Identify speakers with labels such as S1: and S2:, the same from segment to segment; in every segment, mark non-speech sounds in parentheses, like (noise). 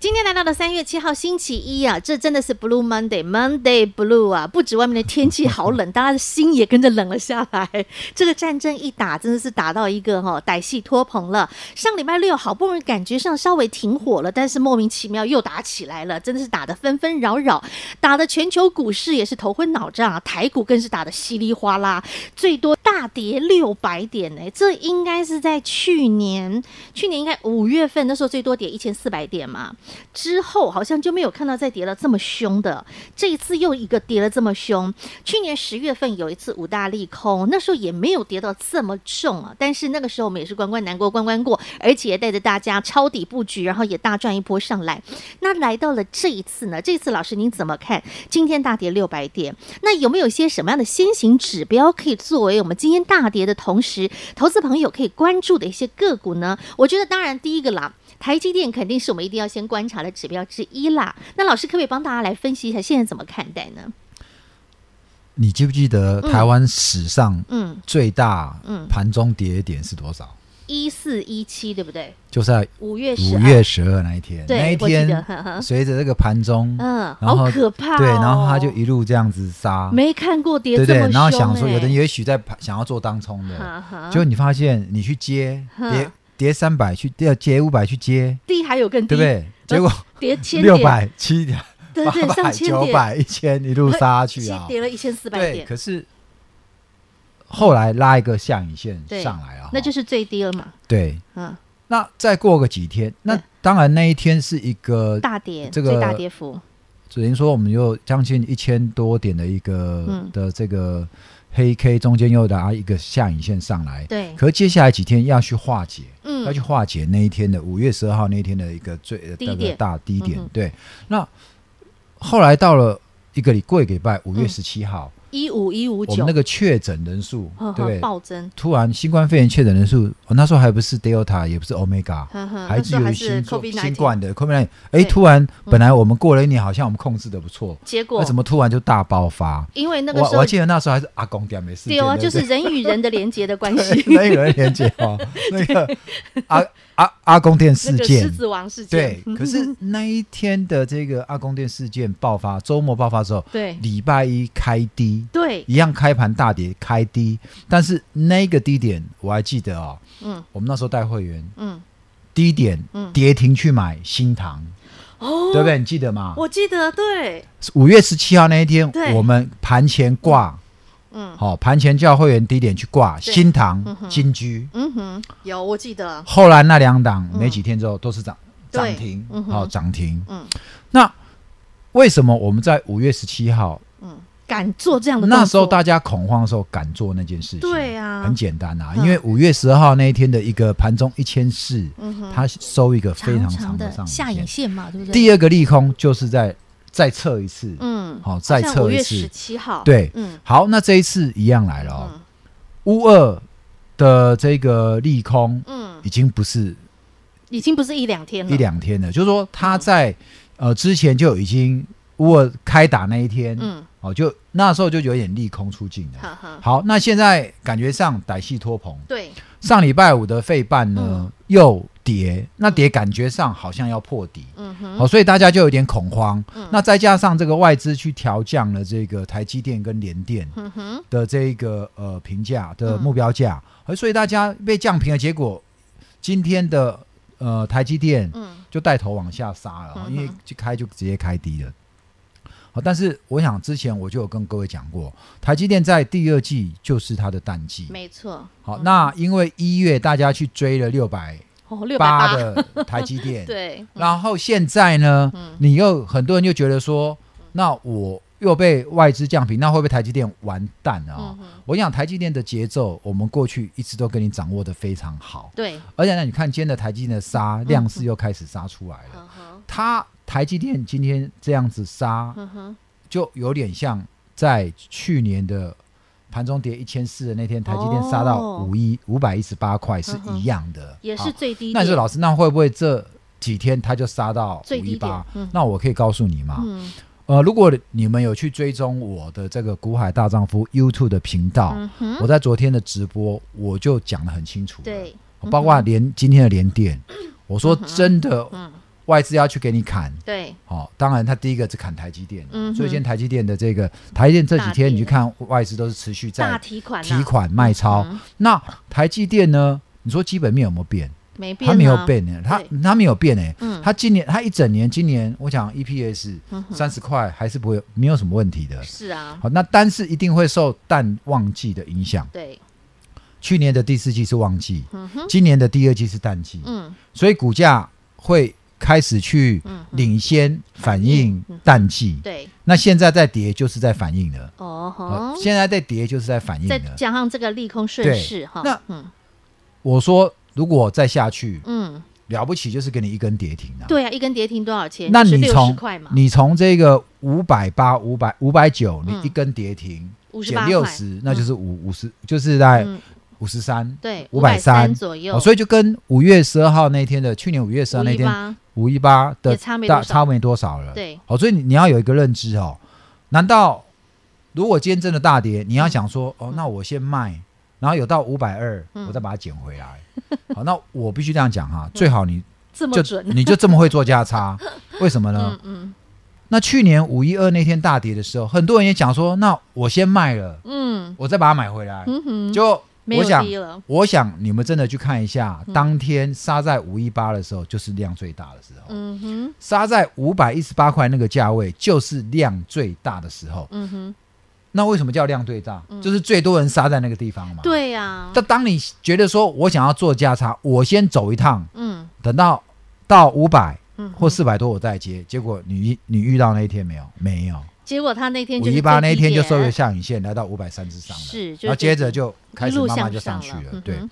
S1: 今天来到了三月七号星期一啊，这真的是 Blue Monday，Monday Blue 啊！不止外面的天气好冷，大家的心也跟着冷了下来。这个战争一打，真的是打到一个哈、歹戏拖棚了。上礼拜六好不容易感觉上稍微停火了，但是莫名其妙又打起来了，真的是打得纷纷扰扰，打的全球股市也是头昏脑胀啊，台股更是打得稀里哗啦，最多大跌六百点呢、这应该是在去年，去年应该五月份那时候最多跌一千四百点嘛。之后好像就没有看到再跌了这么凶的，这一次又一个跌了这么凶。去年十月份有一次五大利空，那时候也没有跌到这么重啊，但是那个时候我们也是关关难过关关过，而且也带着大家抄底布局，然后也大赚一波上来。那来到了这一次呢，这一次老师您怎么看？今天大跌六百点，那有没有一些什么样的先行指标可以作为我们今天大跌的同时，投资朋友可以关注的一些个股呢？我觉得当然第一个啦。台积电肯定是我们一定要先观察的指标之一啦。那老师可不可以帮大家来分析一下现在怎么看待呢？
S2: 你记不记得台湾史上
S1: 嗯，
S2: 最大
S1: 嗯
S2: 盘中跌点是多少？
S1: 一四一七对不对？
S2: 就是在
S1: 五月哎十
S2: 五
S1: 二
S2: 月十二那一天，
S1: 对
S2: 那一
S1: 我记得
S2: 天
S1: 呵呵
S2: 随着这个盘中，
S1: 嗯，
S2: 然后
S1: 好可怕、哦。
S2: 对，然后它就一路这样子杀，
S1: 没看过跌
S2: 对
S1: 这么凶、
S2: 不对
S1: 欸、？
S2: 然后想说，有的人也许在盘想要做当冲的，
S1: 哈哈，
S2: 结果你发现你去接
S1: 哼
S2: 跌跌三百去，跌跌五百去接，
S1: 低还有更低，
S2: 对不对？结果
S1: 跌千点
S2: 六，百七点。
S1: 对对，
S2: 八百、
S1: 上千
S2: 九
S1: 点，
S2: 百、一千一路杀下去
S1: 其
S2: 啊
S1: 实！跌了一千四百
S2: 对，
S1: 点，
S2: 可是后来拉一个下影线
S1: 对
S2: 上来啊，
S1: 那就是是最低了嘛。
S2: 对。
S1: 嗯，
S2: 那再过个几天，那
S1: 对
S2: 当然那一天是一个，
S1: 大跌，
S2: 这个
S1: 最大跌幅，
S2: 只能说我们又将近一千多点的一个、
S1: 嗯
S2: 的这个黑 K 中间又拉一个下影线上来。
S1: 对，
S2: 可是接下来几天要去化解，
S1: 嗯
S2: 要去化解那一天的五月十二号那一天的一个最呃
S1: 低
S2: 那个
S1: 点
S2: 大低点
S1: 嗯哼。
S2: 对，那后来到了一个礼过一个礼拜，五月
S1: 嗯
S2: 十七号，
S1: 一五一五
S2: 我们
S1: 九
S2: 那，个确诊人数，
S1: 呵
S2: 对
S1: 呵
S2: 不对？
S1: 暴增，
S2: 突然新冠肺炎确诊人数，我那时候还不是 Delta，也不是 Omega，
S1: 呵呵，
S2: 还
S1: 那
S2: 只
S1: 时候
S2: 有
S1: 还
S2: 新
S1: 是
S2: 冠
S1: COVID
S2: 新
S1: 19
S2: 冠的 COVID，哎，
S1: 对
S2: 突然本来我们过了一年，好像我们控制的不错，
S1: 结果
S2: 那怎么突然就大爆发？
S1: 因为那个
S2: 我
S1: 时
S2: 我
S1: 候
S2: 还记得那时候还是阿公点没事，
S1: 对哦，
S2: 不
S1: 就是人与人的连接的关系，
S2: (laughs) 那一轮连接
S1: (laughs)
S2: 哦，那个阿阿阿公店事
S1: 那个狮
S2: 件。
S1: 子王事件嗯
S2: 对，，可是那一天的这个阿公店事件爆发，周末爆发之后，
S1: 对
S2: 礼拜一开低，
S1: 对，
S2: 一样开盘大跌开低，但是那个低点我还记得哦，
S1: 嗯
S2: 我们那时候带会员
S1: 嗯，
S2: 低点
S1: 嗯
S2: 跌停去买新塘，
S1: 哦，
S2: 对不对？你记得吗？
S1: 我记得对，
S2: 五月十七号那一天
S1: 对，
S2: 我们盘前挂，
S1: 嗯
S2: 好、盘前叫会员低点去挂
S1: 对
S2: 新塘
S1: 嗯、哼
S2: 金居，
S1: 嗯哼，有我记得，
S2: 后来那两档
S1: 嗯
S2: 没几天之后都是涨
S1: 对
S2: 涨停
S1: 嗯，哼
S2: 好涨停。
S1: 嗯
S2: 那为什么我们在五月十七号
S1: 嗯，敢做这样的动作，
S2: 那时候大家恐慌的时候敢做那件事情？
S1: 对啊
S2: 很简单啊，
S1: 嗯
S2: 因为五月十号那一天的一个盘中一千四，
S1: 嗯哼
S2: 它收一个非常
S1: 长
S2: 长的
S1: 的
S2: 上
S1: 下
S2: 影
S1: 影
S2: 线。
S1: 线嘛，对不对？
S2: 第二个利空就是在再测一次，
S1: 嗯，
S2: 好再
S1: 五
S2: 测一
S1: 月十
S2: 次。
S1: 七号，
S2: 对
S1: 嗯
S2: 好，那这一次一样来了哦
S1: 嗯，
S2: 乌二的这个利空
S1: 嗯，
S2: 已经不是
S1: 已经不是一两天了，
S2: 一两天
S1: 嗯
S2: 了，就是说他在、呃之前就已经我开打那一天，
S1: 嗯，
S2: 哦，就那时候就有点利空出尽了。
S1: 哈哈，
S2: 好，那现在感觉上歹戏拖棚，
S1: 对，
S2: 上礼拜五的费半呢、
S1: 嗯
S2: 又跌，那跌感觉上好像要破底。
S1: 嗯哼，
S2: 哦，所以大家就有点恐慌。
S1: 嗯
S2: 那再加上这个外资去调降了这个台积电跟联电
S1: 嗯哼，
S2: 的这个呃评价的
S1: 嗯
S2: 目标价，而所以大家被降评的结果，今天的呃台积电
S1: 嗯
S2: 就带头往下杀了，
S1: 嗯哼
S2: 因为就开就直接开低了。好，但是我想之前我就有跟各位讲过，台积电在第二季就是它的淡季。
S1: 没错，
S2: 好，那因为一月大家去追了六百
S1: 哦，嗯六百
S2: 八
S1: 八，
S2: 的台积电，
S1: (laughs) 对，
S2: 然后现在呢，
S1: 嗯
S2: 你又很多人就觉得说，那我又被外资降评，那会不会台积电完蛋啊、
S1: 嗯哼，
S2: 我想台积电的节奏，我们过去一直都跟你掌握的非常好，
S1: 对，
S2: 而且呢，你看今天的台积电的杀量是又开始杀出来了。
S1: 嗯哼，
S2: 它台积电今天这样子杀，
S1: 嗯哼，
S2: 就有点像在去年的盘中跌一千四的那天，台积电杀到
S1: 哦
S2: 五一五百一十八块是
S1: 呵呵
S2: 一样的，
S1: 也
S2: 好
S1: 是最低
S2: 那
S1: 点。
S2: 你说老师，那会不会这几天它就杀到五
S1: 最
S2: 一
S1: 低点
S2: 八
S1: 嗯？
S2: 那我可以告诉你吗？
S1: 嗯
S2: 呃，如果你们有去追踪我的这个“股海大丈夫 ”YouTube 的频道，
S1: 嗯哼，
S2: 我在昨天的直播我就讲得很清楚了，
S1: 对，
S2: 包括连今天的连电，我说真的
S1: 嗯
S2: 外资要去给你砍。
S1: 对，
S2: 哦，当然，它第一个是砍台积电，
S1: 嗯哼
S2: 所以现在台积电的这个台积电这几
S1: 大
S2: 天，你去
S1: 跌
S2: 看外资都是持续
S1: 大
S2: 在
S1: 提款啊
S2: 提款卖超。
S1: 嗯
S2: 那台积电呢？你说基本面有没有变？
S1: 没变，啊
S2: 它没有，变呢，它它没有变呢。
S1: 嗯，
S2: 它今年它一整年，今年我想 EPS
S1: 嗯哼
S2: 三十块还是不会没有什么问题的。
S1: 是啊，
S2: 好，那但是一定会受淡旺季的影响。
S1: 对，
S2: 去年的第四季是旺季，
S1: 嗯哼，
S2: 今年的第二季是淡季，
S1: 嗯
S2: 所以股价会开始去
S1: 嗯嗯，
S2: 领先反映
S1: 嗯
S2: 淡季。
S1: 对，
S2: 那现在在跌就是在反映了，
S1: 哦
S2: 好
S1: 吼，
S2: 现在在跌就是在反映
S1: 再
S2: 了。
S1: 加上这个利空顺
S2: 对
S1: 势哈，
S2: 那
S1: 嗯
S2: 我说如果再下去，
S1: 嗯，
S2: 了不起就是给你一根跌停啊。
S1: 对啊，一根跌停多少钱？
S2: 那
S1: 是
S2: 你
S1: 六十
S2: 从
S1: 块嘛，
S2: 你从这个五百八、五百五百九，你
S1: 嗯
S2: 一根跌停
S1: 58
S2: 减
S1: 块
S2: 六十，那就是五五十，就是在
S1: 嗯
S2: 五十三，
S1: 对，
S2: 530
S1: 530左右，
S2: 哦，所以就跟五月十二号那天的，去年五月十二那天
S1: 518
S2: 五一八的
S1: 也差没多
S2: 大
S1: 少
S2: 差没多少了。
S1: 对，
S2: 哦，所以你你要有一个认知哦，难道如果今天真的大跌，你要想说，哦，那我先卖，然后有到五百二，
S1: 嗯
S2: 我再把它捡回来。好，那我必须这样讲
S1: (laughs)
S2: 哈，最好你
S1: 嗯这么
S2: 就
S1: 准，
S2: 你就这么会做价
S1: (laughs)
S2: 差，为什么呢？
S1: 嗯嗯
S2: 那去年五一二那天大跌的时候，很多人也讲说，那我先卖了，
S1: 嗯
S2: 我再把它买回来。
S1: 嗯哼，
S2: 就
S1: 没
S2: 我
S1: 有
S2: 想，
S1: 低了，
S2: 我想你们真的去看一下，
S1: 嗯
S2: 当天杀在五一八的时候，就是量最大的时候；
S1: 嗯哼，
S2: 杀在五百一十八块那个价位，就是量最大的时候。
S1: 嗯哼，
S2: 那为什么叫量最大？
S1: 嗯
S2: 就是最多人杀在那个地方嘛。。
S1: 对啊呀，
S2: 但当你觉得说我想要做价差，我先走一趟，
S1: 嗯
S2: 等到到五百
S1: 嗯，
S2: 或四百多我再接，结果你遇你遇到那一天没有？没有。
S1: 结果他那天
S2: 五
S1: 就是
S2: 一八
S1: 最
S2: 那一
S1: 低
S2: 天就收了
S1: 点
S2: 下影线，来到五百三之上了，
S1: 是就是
S2: 然后接着就开
S1: 一
S2: 始
S1: 路
S2: 慢慢
S1: 向
S2: 就上去
S1: 了，嗯
S2: 对，
S1: 哼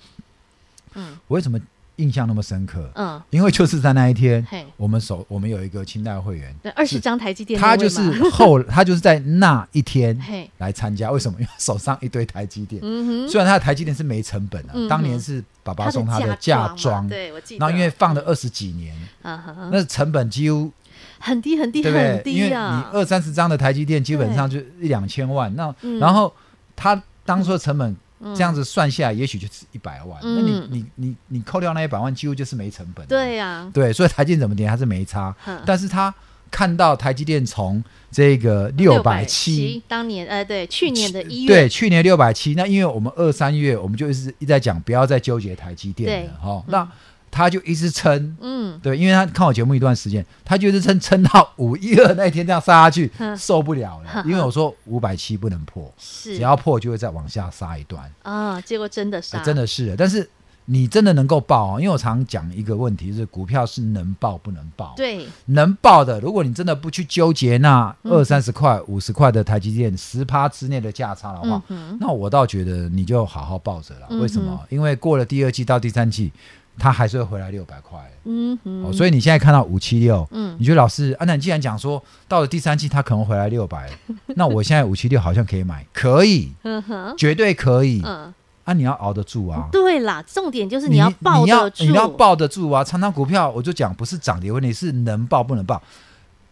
S1: 嗯
S2: 我为什么印象那么深刻？
S1: 嗯，
S2: 因为就是在那一天，
S1: 嘿，
S2: 我们手我们有一个清代会员，
S1: 对，二十张台积电那
S2: 他
S1: 位嘛，
S2: (laughs) 就是后他就是在那一天
S1: 嘿，
S2: 来参加，为什么？因为 (laughs) 手上一堆台积电，
S1: 嗯哼，
S2: 虽然他的台积电是没成本啊，
S1: 嗯哼
S2: 当年是爸爸
S1: 的
S2: 送他的
S1: 嫁
S2: 嫁
S1: 嘛
S2: 妆，
S1: 对我记得，
S2: 然后因为放了二十几年，
S1: 嗯哼哼
S2: 那成本几乎
S1: (laughs) 很低很低
S2: 对不对
S1: 很？
S2: 因为
S1: 低
S2: 你
S1: 啊，
S2: 二三十张的台积电基本上就一两千万，那、
S1: 嗯
S2: 然后他当初的成本这样子算下来，也许就是一百万。那
S1: 嗯
S2: 你你你你扣掉那一百万，几乎就是没成本。
S1: 对啊呀，
S2: 对，所以台积电怎么跌，它是没差
S1: 嗯。
S2: 但是他看到台积电从这个六百七。
S1: 7当年呃对去年的一
S2: 对，
S1: 月，
S2: 去年六百七，那因为我们二三月我们就一直一直在讲，不要再纠结台积电了哈、哦。那他就一直撑，
S1: 嗯，
S2: 对，因为他看我节目一段时间，他就是撑撑到五一二那一天这样杀下去
S1: 嗯，
S2: 受不了了。因为我说五百七不能破，
S1: 是
S2: 只要破就会再往下杀一段，
S1: 啊，结果真的
S2: 哎
S1: 杀，
S2: 真
S1: 的
S2: 的是。但是你真的能够爆、哦，因为我常讲一个问题是，股票是能爆不能爆。，
S1: 对，
S2: 能爆的，如果你真的不去纠结那
S1: 嗯
S2: 二三十块、五十块的台积电十趴之内的价差的话
S1: 嗯，哼，
S2: 那我倒觉得你就好好抱着了。为什
S1: 嗯
S2: 么？因为过了第二季到第三季，它还是会回来六百块。
S1: 嗯哼，
S2: 哦，所以你现在看到五七六，
S1: 嗯
S2: 你觉得老师，啊，那你既然讲说到了第三季它可能回来六百，那我现在五七六好像可以买，可以，
S1: 嗯哼，
S2: 绝对可以、
S1: 嗯，
S2: 啊！你要熬得住啊，
S1: 对啦，重点就是
S2: 你
S1: 要抱
S2: 你要
S1: 得住，
S2: 你要抱得住啊！常常股票我就讲不是涨跌问题，是能抱不能抱。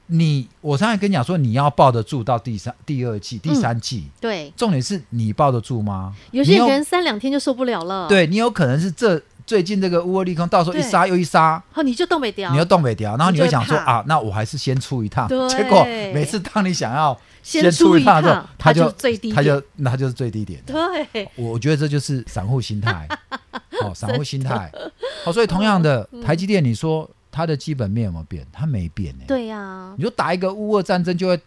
S2: 你我常常跟你讲说，你要抱得住到第三、第二
S1: 嗯
S2: 季、第三季，
S1: 对，
S2: 重点是你抱得住吗？
S1: 有些
S2: 你
S1: 人三两天就受不了了，，
S2: 对你有可能是这最近这个乌俄利空，到时候一杀又一杀，
S1: 好哦你就动北调，
S2: 你又动北调，然后你又想说
S1: 啊你就会怕
S2: 啊，那我还是先出一趟。
S1: 对
S2: 结果每次当你想要
S1: 先出一趟
S2: 的时候，
S1: 它
S2: 他
S1: 就
S2: 就
S1: 最低
S2: 他就那他就是最低点。
S1: 对，
S2: 我我觉得这就是散户
S1: (laughs)
S2: 心态，哦，散户心态。好，所以同样的，
S1: 嗯
S2: 台积电，你说它的基本面有没有变？它没变呢。，
S1: 对呀，
S2: 你说打一个乌俄战争就会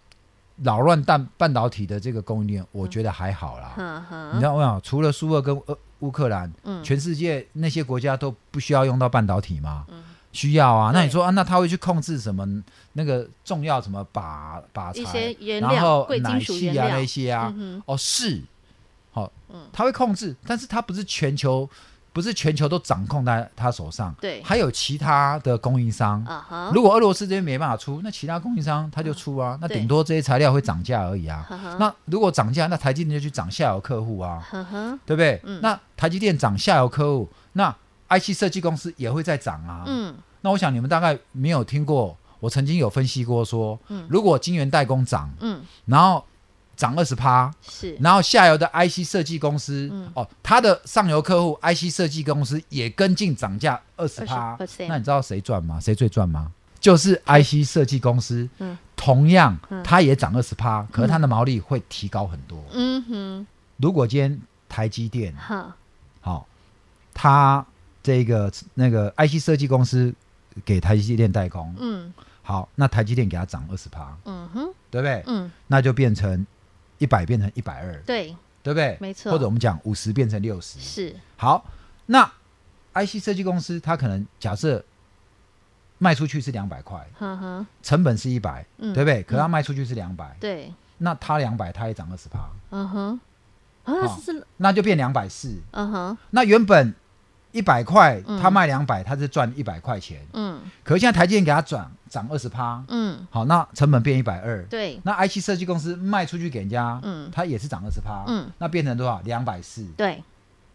S2: 扰乱半半导体的这个供应链，我觉得还好啦。
S1: 嗯
S2: 你
S1: 哼
S2: 知，道我想，除了苏俄跟呃乌克兰，
S1: 嗯
S2: 全世界那些国家都不需要用到半导体吗？
S1: 嗯
S2: 需要啊。
S1: 对
S2: 那你说啊，那他会去控制什么那个重要什么靶靶材，
S1: 一些原料
S2: 然后
S1: 贵
S2: 奶
S1: 金属
S2: 气
S1: 原
S2: 啊
S1: 料
S2: 那些啊？
S1: 嗯哼，
S2: 哦，是，好、
S1: 嗯
S2: 他会控制，但是他不是全球。不是全球都掌控在他手上，
S1: 对
S2: 还有其他的供应商。
S1: 啊哈，
S2: 如果俄罗斯这边没办法出，那其他供应商他就出啊，那
S1: 对
S2: 顶多这些材料会涨价而已啊
S1: 呵呵。
S2: 那如果涨价，那台积电就去涨下游客户啊，
S1: 呵呵，
S2: 对不对？
S1: 嗯
S2: 那台积电涨下游客户，那 IC 设计公司也会在涨啊。
S1: 嗯，
S2: 那我想你们大概没有听过，我曾经有分析过说，
S1: 嗯
S2: 如果晶圆代工涨，
S1: 嗯，
S2: 然后涨二十趴，
S1: 是，
S2: 然后下游的 IC 设计公司，
S1: 嗯
S2: 哦，它的上游客户 IC 设计公司也跟进涨价二十趴
S1: 20%，
S2: 那你知道谁赚吗？谁最赚吗？就是 IC 设计公司，
S1: 嗯
S2: 同样
S1: 嗯
S2: 它也涨二十趴，可是它的毛利会提高很多。
S1: 嗯哼，
S2: 如果今天台积电
S1: 好，
S2: 好、它这个那个 IC 设计公司给台积电代工，
S1: 嗯
S2: 好，那台积电给它涨二十趴，
S1: 嗯哼，
S2: 对不对？
S1: 嗯，
S2: 那就变成一百变成一百二，
S1: 对，
S2: 对不对？
S1: 没错
S2: 或者我们讲五十变成六十。
S1: 是，
S2: 好，那 IC 设计公司它可能假设卖出去是两百块，
S1: 呵呵，
S2: 成本是一百、
S1: 嗯
S2: 对不对？可它卖出去是两百、
S1: 对，
S2: 那它两百它也涨二十趴，
S1: 嗯哼，
S2: 好
S1: 啊，是，
S2: 那就变两百四。
S1: 嗯哼，
S2: 那原本一百块
S1: 嗯
S2: 它卖两百，它是赚一百块钱，
S1: 嗯
S2: 可是现在台积电给它涨涨二十趴，
S1: 嗯，
S2: 好，那成本变一百二。
S1: 对，
S2: 那 IC 设计公司卖出去给人家，
S1: 嗯
S2: 它也是涨二十趴，
S1: 嗯，
S2: 那变成多少？两百四，
S1: 对，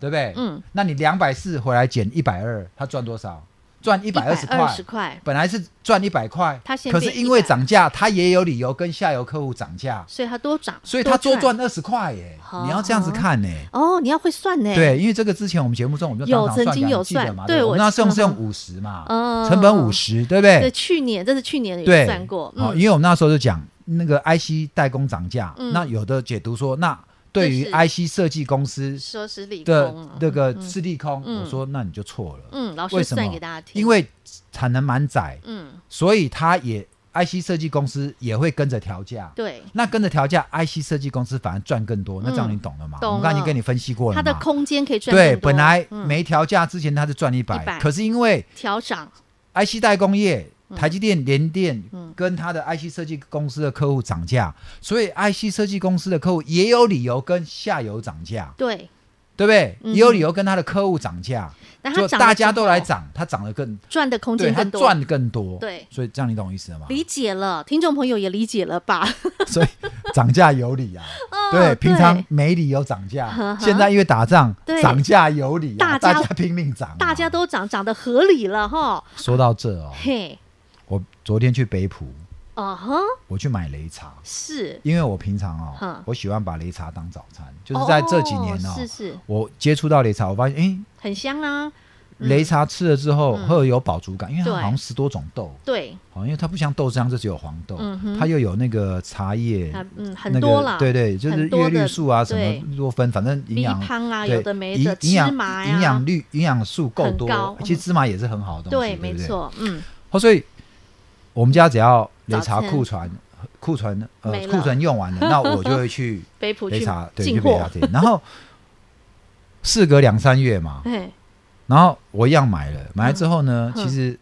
S2: 对不对？
S1: 嗯，
S2: 那你两百四回来减一百二，它赚多少？赚一
S1: 一
S2: 百二十块。
S1: 十块，
S2: 本来是赚一百块，
S1: 它先
S2: 可
S1: 变
S2: 是因为涨价，它也有理由跟下游客户涨价，
S1: 所以它多涨，
S2: 所以它多赚二十块耶
S1: 好。
S2: 你要这样子看呢。
S1: 哦，你要会算呢，，
S2: 对，因为这个之前我们节目中我们就
S1: 有
S2: 当场
S1: 曾经
S2: 算给
S1: 有
S2: 你记得
S1: 算
S2: 嘛，
S1: 对
S2: 不我
S1: 我
S2: 们那时候
S1: 嗯
S2: 是用五十嘛，
S1: 嗯
S2: 成本五十，对不对
S1: 对，？去年这是去年
S2: 对，
S1: 也算过，
S2: 哦，
S1: 嗯，
S2: 因为我们那时候就讲那个 IC 代工涨价，
S1: 嗯
S2: 那有的解读说，那对于
S1: 就是
S2: IC 设计公司
S1: 说是理
S2: 的
S1: 工啊，
S2: 这个是利空，
S1: 嗯
S2: 我说那你就错了，
S1: 嗯，老
S2: 为
S1: 师
S2: 什么
S1: 算给大家听，
S2: 因为产能满载，
S1: 嗯，
S2: 所以它也 IC 设计公司也会跟着调价。
S1: 对，
S2: 那跟着调价，IC 设计公司反而赚更多，那这样你懂了
S1: 嗯
S2: 吗？
S1: 懂了
S2: 我们刚才已经跟你分析过了
S1: 它
S2: 嘛。
S1: 的空间可以赚
S2: 对，
S1: 更多
S2: 本来
S1: 嗯
S2: 没调价之前它是赚一百，
S1: 100
S2: 可是因为
S1: 调涨，
S2: IC 代工业、台积电、联电
S1: 嗯
S2: 跟它的 IC 设计公司的客户涨价，所以 IC 设计公司的客户也有理由跟下游涨价，
S1: 对，
S2: 对不对？
S1: 嗯
S2: 也有理由跟他的客户涨价，
S1: 那它
S2: 就
S1: 涨，
S2: 大家都来，涨，它涨得更，
S1: 赚的空
S2: 对，
S1: 间
S2: 它
S1: 更多，
S2: 赚更多，
S1: 对
S2: 所以这样你懂我意思了吗？ (laughs)
S1: 理解了，听众朋友也理解了吧？ (laughs)
S2: 所以涨价有理啊，对，平常没理由涨
S1: 呵
S2: 价，
S1: 嗯呵
S2: 现在因为打仗
S1: 对，
S2: 涨价有理啊，
S1: 大
S2: 大
S1: 家
S2: 家拼命涨啊，
S1: 大家都涨涨得合理了哈，
S2: 说到这哦，
S1: 嘿，
S2: 我昨天去北浦，
S1: 哦哼，
S2: 我去买擂茶。
S1: 是，
S2: 因为我平常哦
S1: 哼，哦
S2: 我喜欢把擂茶当早餐，就是在这几年哦，
S1: 是是
S2: 我接触到擂茶，我发现诶，
S1: 很香啊，
S2: 擂茶吃了之后
S1: 嗯
S2: 会有饱足感，因为它
S1: 对
S2: 好像十多种豆，哦
S1: 对，
S2: 好，因为它不像豆浆就只有黄豆
S1: 嗯，哼
S2: 它又有那个茶叶，
S1: 它嗯
S2: 那
S1: 很
S2: 个
S1: 多啦，
S2: 对对，就是
S1: 很多
S2: 叶
S1: 的
S2: 绿素啊，什
S1: 对
S2: 么多酚，反正营
S1: 米
S2: 养
S1: 汤啊，
S2: 对
S1: 有的没的，
S2: 营营
S1: 芝
S2: 养
S1: 麻呀，
S2: 营养率营养素够
S1: 很
S2: 多哎
S1: 高，嗯
S2: 其实芝麻也是很好的东西，
S1: 对，
S2: 对，
S1: 没。错，嗯，
S2: 哦，所以我们家只要擂
S1: 早
S2: 茶
S1: 餐
S2: 库存库存呃
S1: 没了
S2: 库存
S1: (laughs)
S2: 用完了，那我就会去。
S1: 北浦
S2: 擂
S1: 去
S2: 茶对，
S1: 进
S2: 就擂
S1: 货
S2: 茶，店。然后事隔两三
S1: (laughs)
S2: 月嘛，
S1: 嘿，
S2: 然后我一样买了，买了之后呢，
S1: 嗯
S2: 其实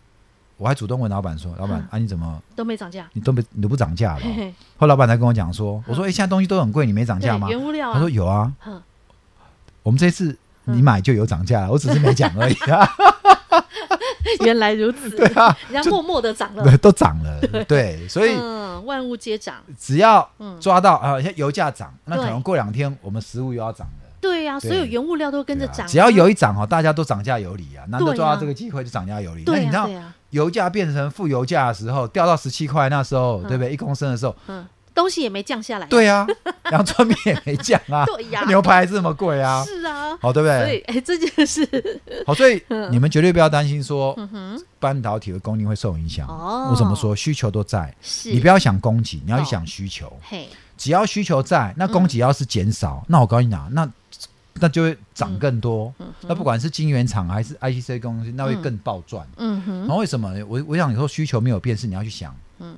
S2: 我还主动问老板说：“老板
S1: 嗯
S2: 啊，你怎么
S1: 都没涨价，
S2: 你都没你都不涨
S1: (laughs)
S2: 价了
S1: 嘿？”嘿，
S2: 后来老板才跟我讲说：“我说哎，诶现在东西都很贵，你没涨价
S1: 嗯对，
S2: 吗
S1: 原物？”料
S2: 他
S1: 啊
S2: 说：“，有啊，
S1: 哼
S2: 我们这次
S1: 嗯
S2: 你买就有涨价了，我只是没讲而已
S1: (laughs)
S2: 啊，
S1: (laughs) 原来如此，
S2: (laughs) 对啊，
S1: 人家默默的涨了，
S2: (laughs) 对，都涨了，对，所以
S1: 嗯，万物皆涨，
S2: 只要
S1: 嗯
S2: 抓到啊，现在油价涨，那
S1: 对
S2: 可能过两天我们食物又要涨了。”
S1: 对呀，
S2: 对
S1: 所有原物料都跟着
S2: 对啊
S1: 涨啊，
S2: 只要油一涨哈，大家都涨价有理啊，难得
S1: 对啊
S2: 抓到这个机会就涨价有理。那
S1: 对
S2: 你知
S1: 呀
S2: 道
S1: 对啊呀，
S2: 油价变成负油价的时候，掉到十七块那时候，
S1: 嗯
S2: 对不对？一公升的时候，
S1: 嗯，东西也没降下来，(laughs)
S2: 对啊，洋葱面也没降啊，
S1: 对呀
S2: 牛排还这么贵啊，
S1: 是啊，
S2: 好对不
S1: 所以
S2: 对？
S1: 哎，这
S2: (laughs)
S1: 就是
S2: 好，所以你们绝对不要担心说
S1: 嗯哼，
S2: 半导体的供应会受影响。
S1: 哦
S2: 我怎么说？需求都在，
S1: 是
S2: 你不要想供给，你要去
S1: 哦
S2: 想需求。
S1: 嘿，
S2: 只要需求在，那供给要是减
S1: 嗯
S2: 少，那我告诉你啊，那那就会涨更多。
S1: 嗯
S2: 那不管是晶圆厂还是 IC 设计公司，那会更暴赚。
S1: 嗯哼，
S2: 然后为什么呢？我我想你说需求没有变，是你要去想。
S1: 嗯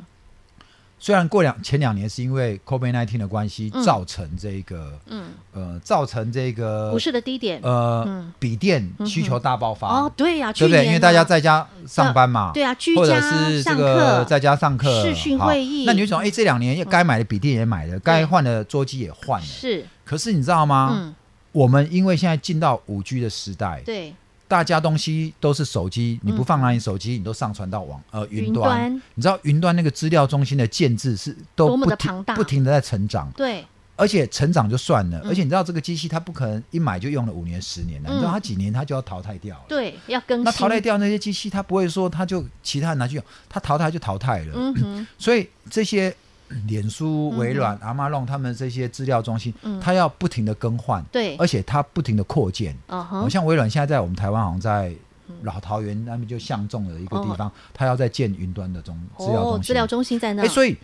S2: 虽然过两前两年是因为 COVID 1 9的关系，
S1: 嗯
S2: 造成这个、
S1: 嗯，
S2: 呃，造成这个
S1: 股市的低点，
S2: 呃、
S1: 嗯
S2: 笔电需求大爆发，
S1: 哦，对呀，去
S2: 对不对？
S1: 年
S2: 因为大家
S1: 啊
S2: 在家上班嘛，
S1: 对啊，居
S2: 或
S1: 家
S2: 者是这
S1: 上
S2: 个
S1: 课，
S2: 在家上课
S1: 视讯
S2: 好
S1: 会议嗯
S2: 那你就想，哎，这两年也该买的笔电也买了，该换的桌机也换了。
S1: 是，
S2: 可是你知道吗？
S1: 嗯，
S2: 我们因为现在进到五 G 的时代，
S1: 对，嗯
S2: 大家东西都是手机，你不放哪里手机，你都上传到网呃云
S1: 云端
S2: 你知道云端那个资料中心的建制是都
S1: 多么
S2: 不
S1: 的
S2: 停
S1: 庞大嗯
S2: 不停的在成长，
S1: 对，
S2: 而且成长就算了，而且你知道这个机器它不可能一买就用了五年十年了，
S1: 嗯
S2: 你知道它几年它就要淘汰掉了。
S1: 对，要更
S2: 那淘
S1: 新
S2: 汰。掉那些机器，它不会说它就其他人拿去用，它淘汰就淘汰了。
S1: 嗯哼，
S2: 所以这些嗯脸书、微软、阿玛弄他们这些资料中心，
S1: 嗯
S2: 它要不停的更换，
S1: 对
S2: 而且它不停的扩建。
S1: 嗯
S2: 好、
S1: 哼，
S2: 像微软现在在我们台湾好像在老桃园那边就相中了一个地方，它要在建云端的中资料中
S1: 哦，
S2: 心。
S1: 资料中心在那，
S2: 哎，所以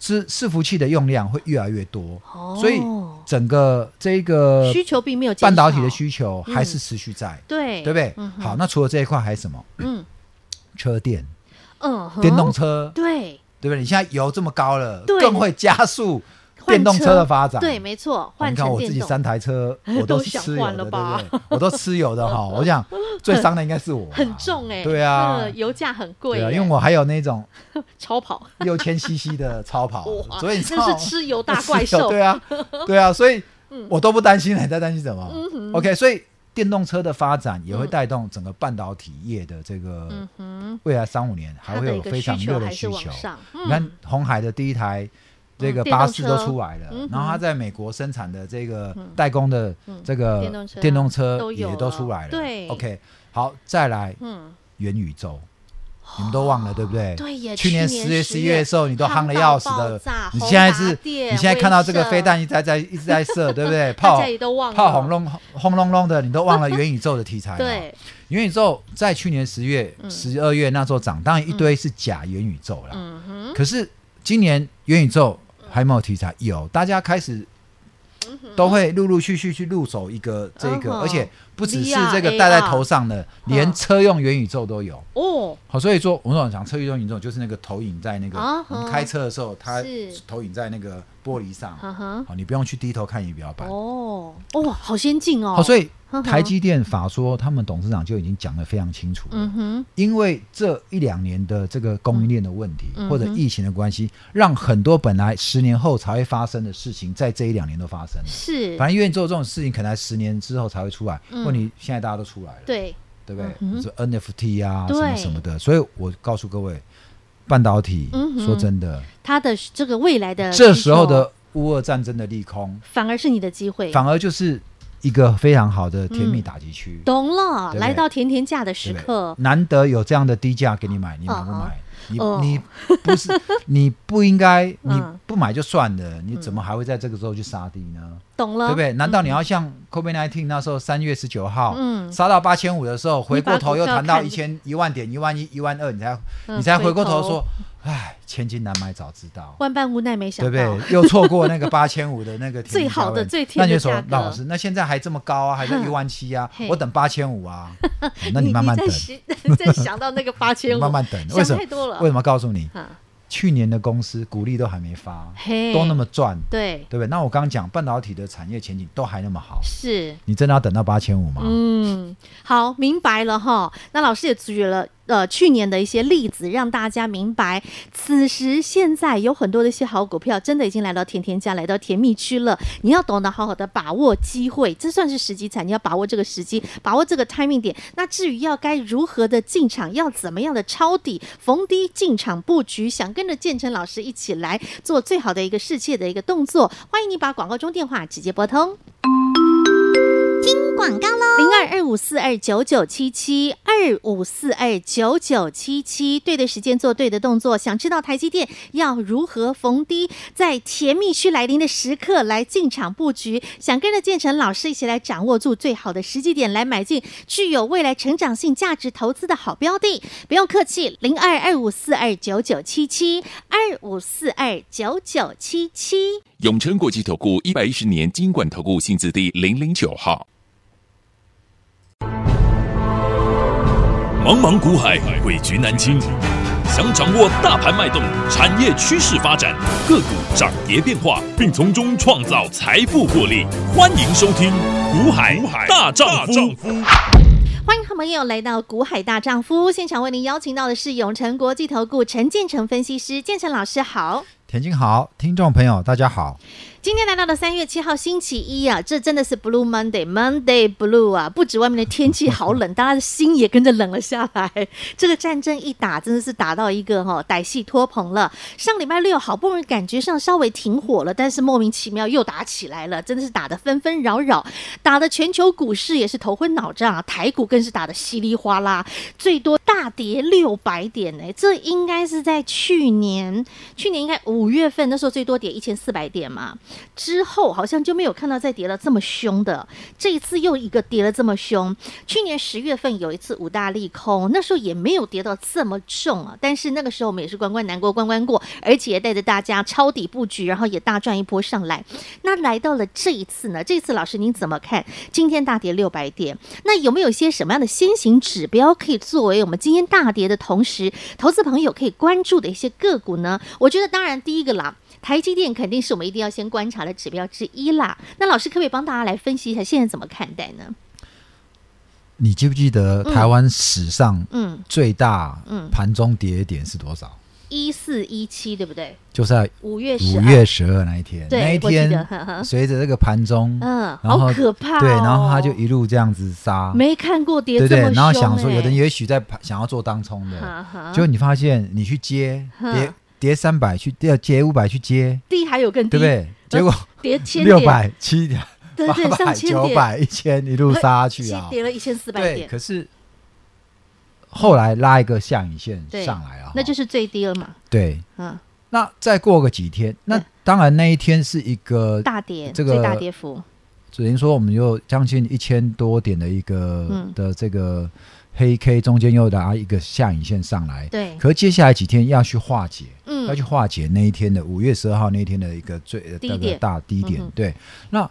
S2: 伺伺服器的用量会越来越多，
S1: 哦
S2: 所以整个这个
S1: 需求并没有减
S2: 半导体的
S1: 少，
S2: 需求还是持续在，
S1: 对
S2: 对不对？
S1: 嗯哼
S2: 好，那除了这一块还有什么？
S1: 嗯
S2: 车电、
S1: 嗯哼，
S2: 电动车，
S1: 对
S2: 对不对？你现在油这么高了，
S1: 对
S2: 更会加速
S1: 换
S2: 电动车的发展。哦
S1: 对，没错，
S2: 你
S1: 换
S2: 看
S1: 成
S2: 我自
S1: 电
S2: 己
S1: 动，
S2: 三台车，
S1: (laughs)
S2: 我
S1: 都
S2: 是
S1: 想
S2: 吃油
S1: 换
S2: 的，
S1: 了
S2: 对
S1: 吧
S2: 不对？我都吃油
S1: (laughs)
S2: 的哈。我想最伤的应该是我啊，
S1: 很重哎，
S2: 对啊
S1: 那个，油价很贵哎
S2: 对啊，
S1: 耶，
S2: 因为我还有那种
S1: 超跑，
S2: 六千 CC 的超跑，啊
S1: (laughs) 哇，
S2: 哦所以你知道
S1: 那是
S2: (laughs)
S1: 吃油大怪
S2: 是有
S1: 兽，嗯
S2: 对啊，对啊，所以我都不担心了，你在担心什么、o k 所以电动车的发展也会带动整个半导体业的这个
S1: 嗯哼，
S2: 未来三五年还
S1: 它
S2: 会
S1: 的一
S2: 有
S1: 个
S2: 非常
S1: 需
S2: 热
S1: 求
S2: 的
S1: 还是
S2: 需
S1: 往
S2: 求。
S1: 上，
S2: 你看红海的第一台这个
S1: 嗯电动
S2: 巴士都出来
S1: 车
S2: 了，
S1: 嗯哼嗯
S2: 然后它在美国生产的这个代工的这
S1: 电
S2: 个
S1: 动车啊
S2: 电动车
S1: 都有
S2: 也都出来了。
S1: 了对
S2: ，OK，好，再来
S1: 嗯，哦
S2: 元宇宙，你们都忘了对不对？
S1: 对耶，
S2: 去年十月、十一月的时候，你都夯的
S1: 到
S2: 要死
S1: 爆
S2: 的
S1: 炸，
S2: 你
S1: 宏
S2: 现在
S1: 达
S2: 是，你
S1: 电
S2: 现在看到这个
S1: 威
S2: 飞
S1: 慑
S2: 弹一直在在一直在射，对
S1: (laughs)
S2: 不对？
S1: 大
S2: 炮
S1: 家也都忘了，
S2: 炮轰隆轰隆隆的，你都忘了元宇宙的题材了。
S1: 对，嗯
S2: 元宇宙在去年十月、十二月那时候涨，当然一堆是假元宇宙啦。
S1: 嗯哼，
S2: 可是今年元宇宙还有没有题材？有，大家开始都会陆陆续续去入手一个这个，
S1: 嗯嗯哼
S2: 而且不只是
S1: VR
S2: 这个戴在头上的，
S1: 嗯
S2: 连车用元宇宙都有。
S1: 哦，
S2: 好，所以说我们讲车运动宇宙就是那个投影在那个、
S1: 啊哈
S2: 我们开车的时候，它
S1: 是
S2: 投影在那个玻璃上。
S1: 哈哈，
S2: 好，你不用去低头看仪表板。
S1: 哦，哦，好先进哦，
S2: 好，所
S1: 以，
S2: 以
S1: 呵呵
S2: 台积电法说，他们董事长就已经讲得非常清楚了。
S1: 嗯哼，
S2: 因为这一两年的这个供应链的问题，
S1: 嗯嗯哼
S2: 或者疫情的关系，让很多本来十年后才会发生的事情，在这一两年都发生了。
S1: 是，
S2: 反正元宇宙这种事情，可能在十年之后才会出来。
S1: 嗯
S2: 问题现在大家都出来了。
S1: 对，
S2: 对不对？
S1: 嗯哼
S2: 是 NFT 啊，什
S1: 对
S2: 么什么的。所以我告诉各位，半导体，
S1: 嗯哼呃
S2: 说真的，
S1: 它的这个未来的
S2: 这
S1: 需
S2: 时候
S1: 求
S2: 的乌俄战争的利空，
S1: 反而是你的机会，
S2: 反而就是一个非常好的甜蜜
S1: 嗯
S2: 打击区，
S1: 懂了，
S2: 对不对
S1: 来到甜甜价的时
S2: 对不对
S1: 刻，
S2: 难得有这样的低价给你买，你买不
S1: 嗯
S2: 买？你
S1: 哦
S2: 你不是 (laughs) 你不应该，你
S1: 嗯
S2: 不买就算了，你怎么还会在这个时候去杀低呢？
S1: 懂了，
S2: 对不对？难道你要像 COVID nineteen 那时候三月十九号，
S1: 嗯
S2: 杀到八千五的时候，回过头又谈到
S1: 你把
S2: 一
S1: 股票
S2: 千、一万点、一万一、一万二，你才
S1: 嗯
S2: 你才
S1: 回
S2: 回过头
S1: 头
S2: 说，哎，千金难买早知道，
S1: 万般无奈，没想
S2: 对
S1: 到，
S2: 不对？又错过那个八千五的
S1: (laughs)
S2: 那个
S1: 最好的
S2: 停止价
S1: 最
S2: 位
S1: 甜的
S2: 那你就说
S1: 价格
S2: 那老师，那现在还这么高啊，还
S1: (laughs)
S2: 在一万七啊
S1: 嘿，
S2: 我等八千
S1: (laughs)
S2: 五啊，哦那
S1: 你
S2: 慢慢
S1: 在
S2: 等，
S1: 想 (laughs) 在想到那个八千
S2: 你
S1: 五，
S2: (laughs) 慢慢等，为
S1: 想
S2: 什
S1: 太
S2: 么？
S1: 多了，
S2: 为什么告诉你？
S1: 啊
S2: 嗯去年的公司股利都还没发，
S1: 嘿，
S2: 都那么赚，
S1: 对，
S2: 对不对？那我刚刚讲半导体的产业前景都还那么好，
S1: 是。
S2: 你真的要等到八千五吗？
S1: 嗯，好，明白了哈。那老师也举了呃去年的一些例子，让大家明白，此时现在有很多的一些好股票，真的已经来到甜甜家，来到甜蜜区了。你要懂得好好的把握机会，这算是时机才，你要把握这个时机，把握这个 timing 点。那至于要该如何的进场，要怎么样的抄底、逢低进场布局，想跟着建成老师一起来做最好的一个世界的一个动作，欢迎你把广告中电话直接拨通。广告喽，零二二五四二九九七七二五四二九九七七，对的时间做对的动作。想知道台积电要如何逢低在甜蜜区来临的时刻来进场布局？想跟着建成老师一起来掌握住最好的时机点来买进具有未来成长性价值投资的好标的？不用客气，零二二五四二九九七七二五四二九九七七。
S3: 永诚国际投顾一百一十年金管投顾新字第零零九号。
S4: 茫茫股海，汇局南青。想掌握大盘脉动、产业趋势发展、个股涨跌变化，并从中创造财富获利，欢迎收听《股海大丈夫》。
S1: 欢迎好朋友来到《股海大丈夫》现场，为您邀请到的是永诚国际投顾陈建成分析师，建成老师好。
S2: 田青好，听众朋友大家好。
S1: 今天来到了三月七号星期一啊，这真的是 Blue Monday，Monday Blue 啊！不止外面的天气好冷，大家的心也跟着冷了下来。这个战争一打，真的是打到一个哈、歹戏拖棚了。上礼拜六好不容易感觉上稍微停火了，但是莫名其妙又打起来了，真的是打得纷纷扰扰，打的全球股市也是头昏脑胀啊，台股更是打得稀里哗啦，最多大跌六百点呢、这应该是在去年，去年应该五月份那时候最多跌一千四百点嘛。之后好像就没有看到再跌了这么凶的，这一次又一个跌了这么凶。去年十月份有一次五大利空，那时候也没有跌到这么重啊，但是那个时候我们也是关关难过关关过，而且也带着大家抄底布局，然后也大赚一波上来。那来到了这一次呢，这次老师您怎么看？今天大跌六百点，那有没有一些什么样的先行指标可以作为我们今天大跌的同时，投资朋友可以关注的一些个股呢？我觉得当然第一个啦。台积电肯定是我们一定要先观察的指标之一啦。那老师可不可以帮大家来分析一下现在怎么看待呢？
S2: 你记不记得
S1: 嗯
S2: 台湾史上
S1: 嗯，
S2: 最大
S1: 嗯
S2: 盘中跌点是多少？
S1: 一四一七对不对？
S2: 就在
S1: 五月十
S2: 五
S1: 二
S2: 月，十二那一天，
S1: 对
S2: 那一
S1: 我记
S2: 天
S1: 得呵呵
S2: 随着这个盘中，
S1: 嗯，
S2: 然后
S1: 好可怕、哦。
S2: 对，然后他就一路这样子杀，
S1: 没看过跌
S2: 对
S1: 这
S2: 不
S1: 么凶、
S2: 对
S1: 欸，？
S2: 然后想说，有的人也许在盘想要做当冲
S1: 哈
S2: 的，
S1: 哈，
S2: 结果你发现你去接
S1: 啊哼
S2: 跌跌三百去，跌跌五百去接，
S1: 低还有更低，
S2: 对不对？结果
S1: 跌千点
S2: 六，百七点。
S1: 对
S2: 八
S1: 对，
S2: 百、
S1: 上千
S2: 九
S1: 点，
S2: 百、一千一路杀下去
S1: 先
S2: 啊！
S1: 跌了一千四百
S2: 对，
S1: 点，
S2: 可是后来拉一个下影线
S1: 对
S2: 上来啊，
S1: 那就是最低了嘛，
S2: 对。
S1: 嗯，
S2: 那再过个几天，那
S1: 对
S2: 当然那一天是一个，
S1: 大跌，
S2: 这个
S1: 最大跌幅，
S2: 只能说我们又将近一千多点的一个、
S1: 嗯
S2: 的这个黑 K 中间又拉一个下影线上来。
S1: 对，
S2: 可接下来几天要去化解，
S1: 嗯
S2: 要去化解那一天的五月十二号那一天的一个最呃
S1: 低
S2: 那个
S1: 点
S2: 大低点
S1: 嗯哼。
S2: 对，那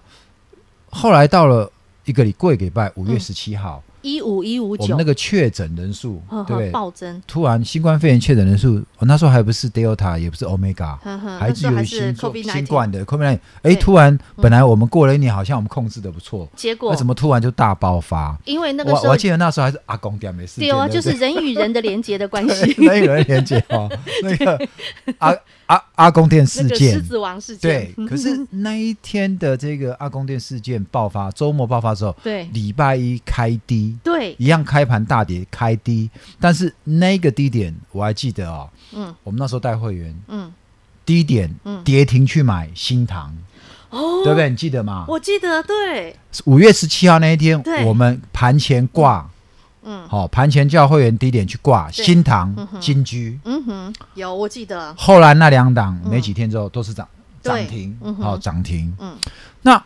S2: 后来到了一个礼过一个礼拜，五月
S1: 嗯
S2: 十七号，
S1: 一五一五
S2: 我们
S1: 九
S2: 那，个确诊人数，
S1: 呵
S2: 对
S1: 呵
S2: 不对？
S1: 暴增，
S2: 突然新冠肺炎确诊人数，我那时候还不是 Delta，也不是 Omega，
S1: 呵呵，
S2: 还
S1: 那时候
S2: 有
S1: 还
S2: 新
S1: 是
S2: 冠
S1: COVID
S2: 新
S1: nineteen，
S2: 冠的 COVID，哎，
S1: 对
S2: 突然本来我们过了一年，好像我们控制的不错，
S1: 结
S2: 那
S1: 果
S2: 怎么突然就大爆发？
S1: 因为那个
S2: 我
S1: 时候
S2: 我还记得那时候还是阿公点没事件，
S1: 对哦，
S2: 不
S1: 就是人与人的连接的关系，
S2: (laughs)
S1: (laughs)
S2: 那有人连接哦，那个阿阿阿公殿事
S1: 那个狮
S2: 件，
S1: 子王事件嗯
S2: 对，，可是那一天的这个阿公殿事件爆发，周末爆发之后，
S1: 对
S2: 礼拜一开低，
S1: 对，
S2: 一样开盘大跌开低，但是那个低点我还记得哦，
S1: 嗯
S2: 我们那时候带会员
S1: 嗯，
S2: 低点
S1: 嗯
S2: 跌停去买新塘，
S1: 哦，
S2: 对不对？你记得吗？
S1: 我记得对，
S2: 五月十七号那一天
S1: 对，
S2: 我们盘前挂，
S1: 嗯
S2: 好、盘前叫会员低点去挂
S1: 对
S2: 新塘
S1: 嗯、哼
S2: 金居。
S1: 嗯哼，有我记得，
S2: 后来那两档没几天之后都是涨
S1: 嗯对
S2: 涨停
S1: 嗯，哼
S2: 好涨停。
S1: 嗯
S2: 那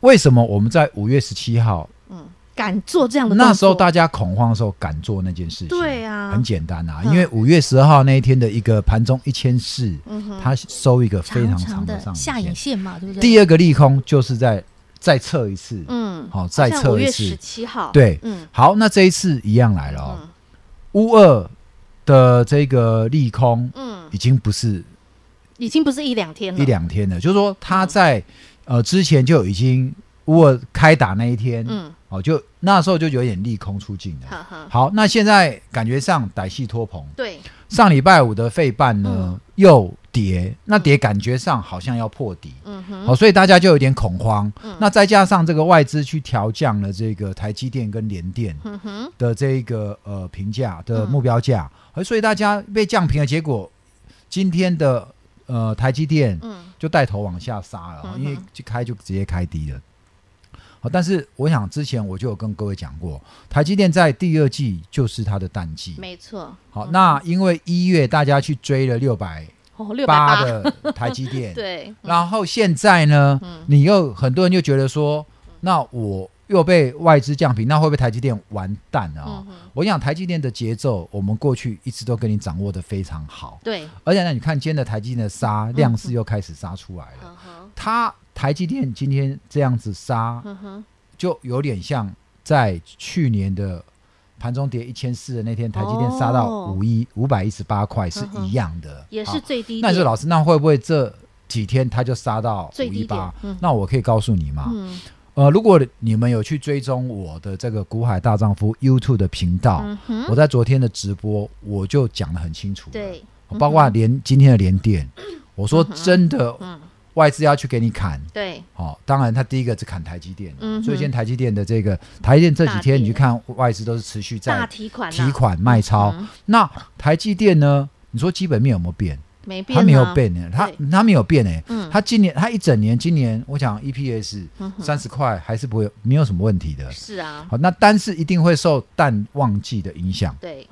S2: 为什么我们在五月十七号
S1: 嗯，敢做这样的动作，
S2: 那时候大家恐慌的时候敢做那件事情？
S1: 对啊
S2: 很简单啊，
S1: 嗯
S2: 因为五月十号那一天的一个盘中一千四，
S1: 嗯哼
S2: 它收一个非
S1: 长
S2: 常
S1: 长
S2: 长的
S1: 的
S2: 上
S1: 下
S2: 影
S1: 影
S2: 线。
S1: 线嘛，对不对？
S2: 第二个利空就是在再测一次，
S1: 嗯，
S2: 好再测
S1: 五
S2: 一
S1: 月
S2: 次
S1: 十七号，
S2: 对
S1: 嗯
S2: 好，那这一次一样来了哦
S1: 嗯。
S2: 乌二的这个利空
S1: 嗯，
S2: 已经不是
S1: 已经不是一两天了，
S2: 一两天了，就是说他在呃之前就已经乌尔开打那一天，
S1: 嗯，
S2: 哦，就那时候就有点利空出尽
S1: 哈
S2: 了。
S1: 哈，
S2: 好，那现在感觉上歹戏拖棚，
S1: 对，
S2: 上礼拜五的费半
S1: 嗯
S2: 呢、又跌，那跌感觉上好像要破底，
S1: 嗯哼，
S2: 好、所以大家就有点恐慌。
S1: 嗯
S2: 那再加上这个外资去调降了这个台积电跟联电
S1: 嗯哼，嗯
S2: 的这个呃评价的目标价，而所以大家被降评的结果，今天的呃台积电，
S1: 嗯
S2: 就带头往下杀了，
S1: 嗯哼
S2: 因为就开就直接开低了。好，但是我想之前我就有跟各位讲过，台积电在第二季就是它的淡季。
S1: 没错，
S2: 好，那因为一月大家去追了六百
S1: 哦，嗯六百
S2: 八
S1: 八，
S2: 的台积电，
S1: 对，
S2: (laughs)
S1: 嗯
S2: 然后现在呢，你又很多人就觉得说，那我又被外资降平，那会不会台积电完蛋了啊、
S1: 嗯哼
S2: 我想台积电的节奏，我们过去一直都跟你掌握的非常好，
S1: 对，
S2: 而且呢，你看今天的台积电的杀量是又开始杀出来了。
S1: 嗯哼，
S2: 它台积电今天这样子杀，
S1: 嗯哼，
S2: 就有点像在去年的盘中跌一千四的那天，台积电杀到
S1: 哦
S2: 五一五百一十八块是
S1: 嗯哼
S2: 一样的，
S1: 也
S2: 好
S1: 是。最低
S2: 那
S1: 点，
S2: 你说老师，那会不会这几天它就杀到五
S1: 最
S2: 一
S1: 低点
S2: 八
S1: 嗯？
S2: 那我可以告诉你嘛，
S1: 嗯
S2: 呃，如果你们有去追踪我的这个股海大丈夫 YouTube 的频道，
S1: 嗯哼，
S2: 我在昨天的直播我就讲得很清楚了，
S1: 对，
S2: 包括连今天的连电，我说
S1: 嗯
S2: 真的，外资要去给你砍，
S1: 对，
S2: 哦，当然，它第一个是砍台积电，
S1: 嗯哼
S2: 所以现在台积电的这个台积电这几
S1: 大跌
S2: 天你去看外资都是持续
S1: 大
S2: 在
S1: 提款、啊，嗯
S2: 提款卖超。那台积电呢？你说基本面有没有变？
S1: 没变、啊，
S2: 它没有变呢，它
S1: 对
S2: 它没有变呢
S1: 嗯。
S2: 它今年它一整年，今年我讲 EPS
S1: 嗯哼
S2: 三十块还是不会有没有什么问题的。
S1: 是啊，
S2: 好，那但是一定会受淡旺季的影响。
S1: 对，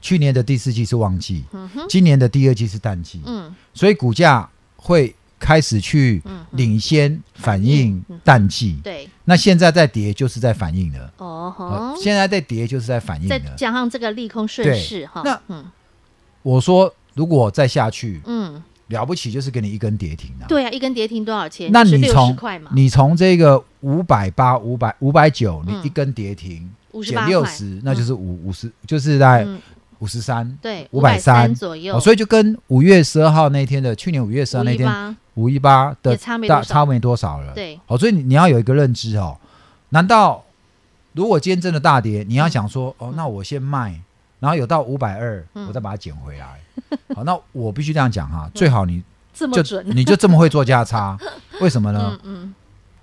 S2: 去年的第四季是旺季，
S1: 嗯哼，
S2: 今年的第二季是淡季。
S1: 嗯，
S2: 所以股价会开始去
S1: 嗯哼
S2: 领先反映
S1: 嗯
S2: 淡季。
S1: 对，
S2: 那现在在跌就是在反映了，
S1: 哦
S2: 哦
S1: 吼，
S2: 现在在跌就是在反映
S1: 再
S2: 了。
S1: 加上这个利空顺
S2: 啊对
S1: 势哈，
S2: 那
S1: 嗯
S2: 我说如果再下去，
S1: 嗯，
S2: 了不起就是给你一根跌停啊。
S1: 对啊，一根跌停多少钱？
S2: 那你
S1: 六十
S2: 从
S1: 块嘛，
S2: 你从这个五百八、五百五百九，你
S1: 嗯
S2: 一根跌停
S1: 58
S2: 减六
S1: 块
S2: 十，那就是五五十，就是在
S1: 嗯
S2: 五十三。
S1: 对，
S2: 530
S1: 左右，
S2: 哦，所以就跟五月十二号那天的，去年五月十二那天
S1: 518
S2: 五一八的
S1: 也差没多
S2: 大
S1: 少
S2: 差没多少了。
S1: 对
S2: 哦，所以你你要有一个认知哦。难道如果今天真的大跌，你要想说、哦，那我先卖，然后有到五百二，
S1: 嗯
S2: 我再把它捡回来。好，那我必须这样
S1: (laughs)
S2: 讲哈，最好你
S1: 嗯这么
S2: 就
S1: 准，啊
S2: 你就这么会做价差，为什么呢？
S1: 嗯嗯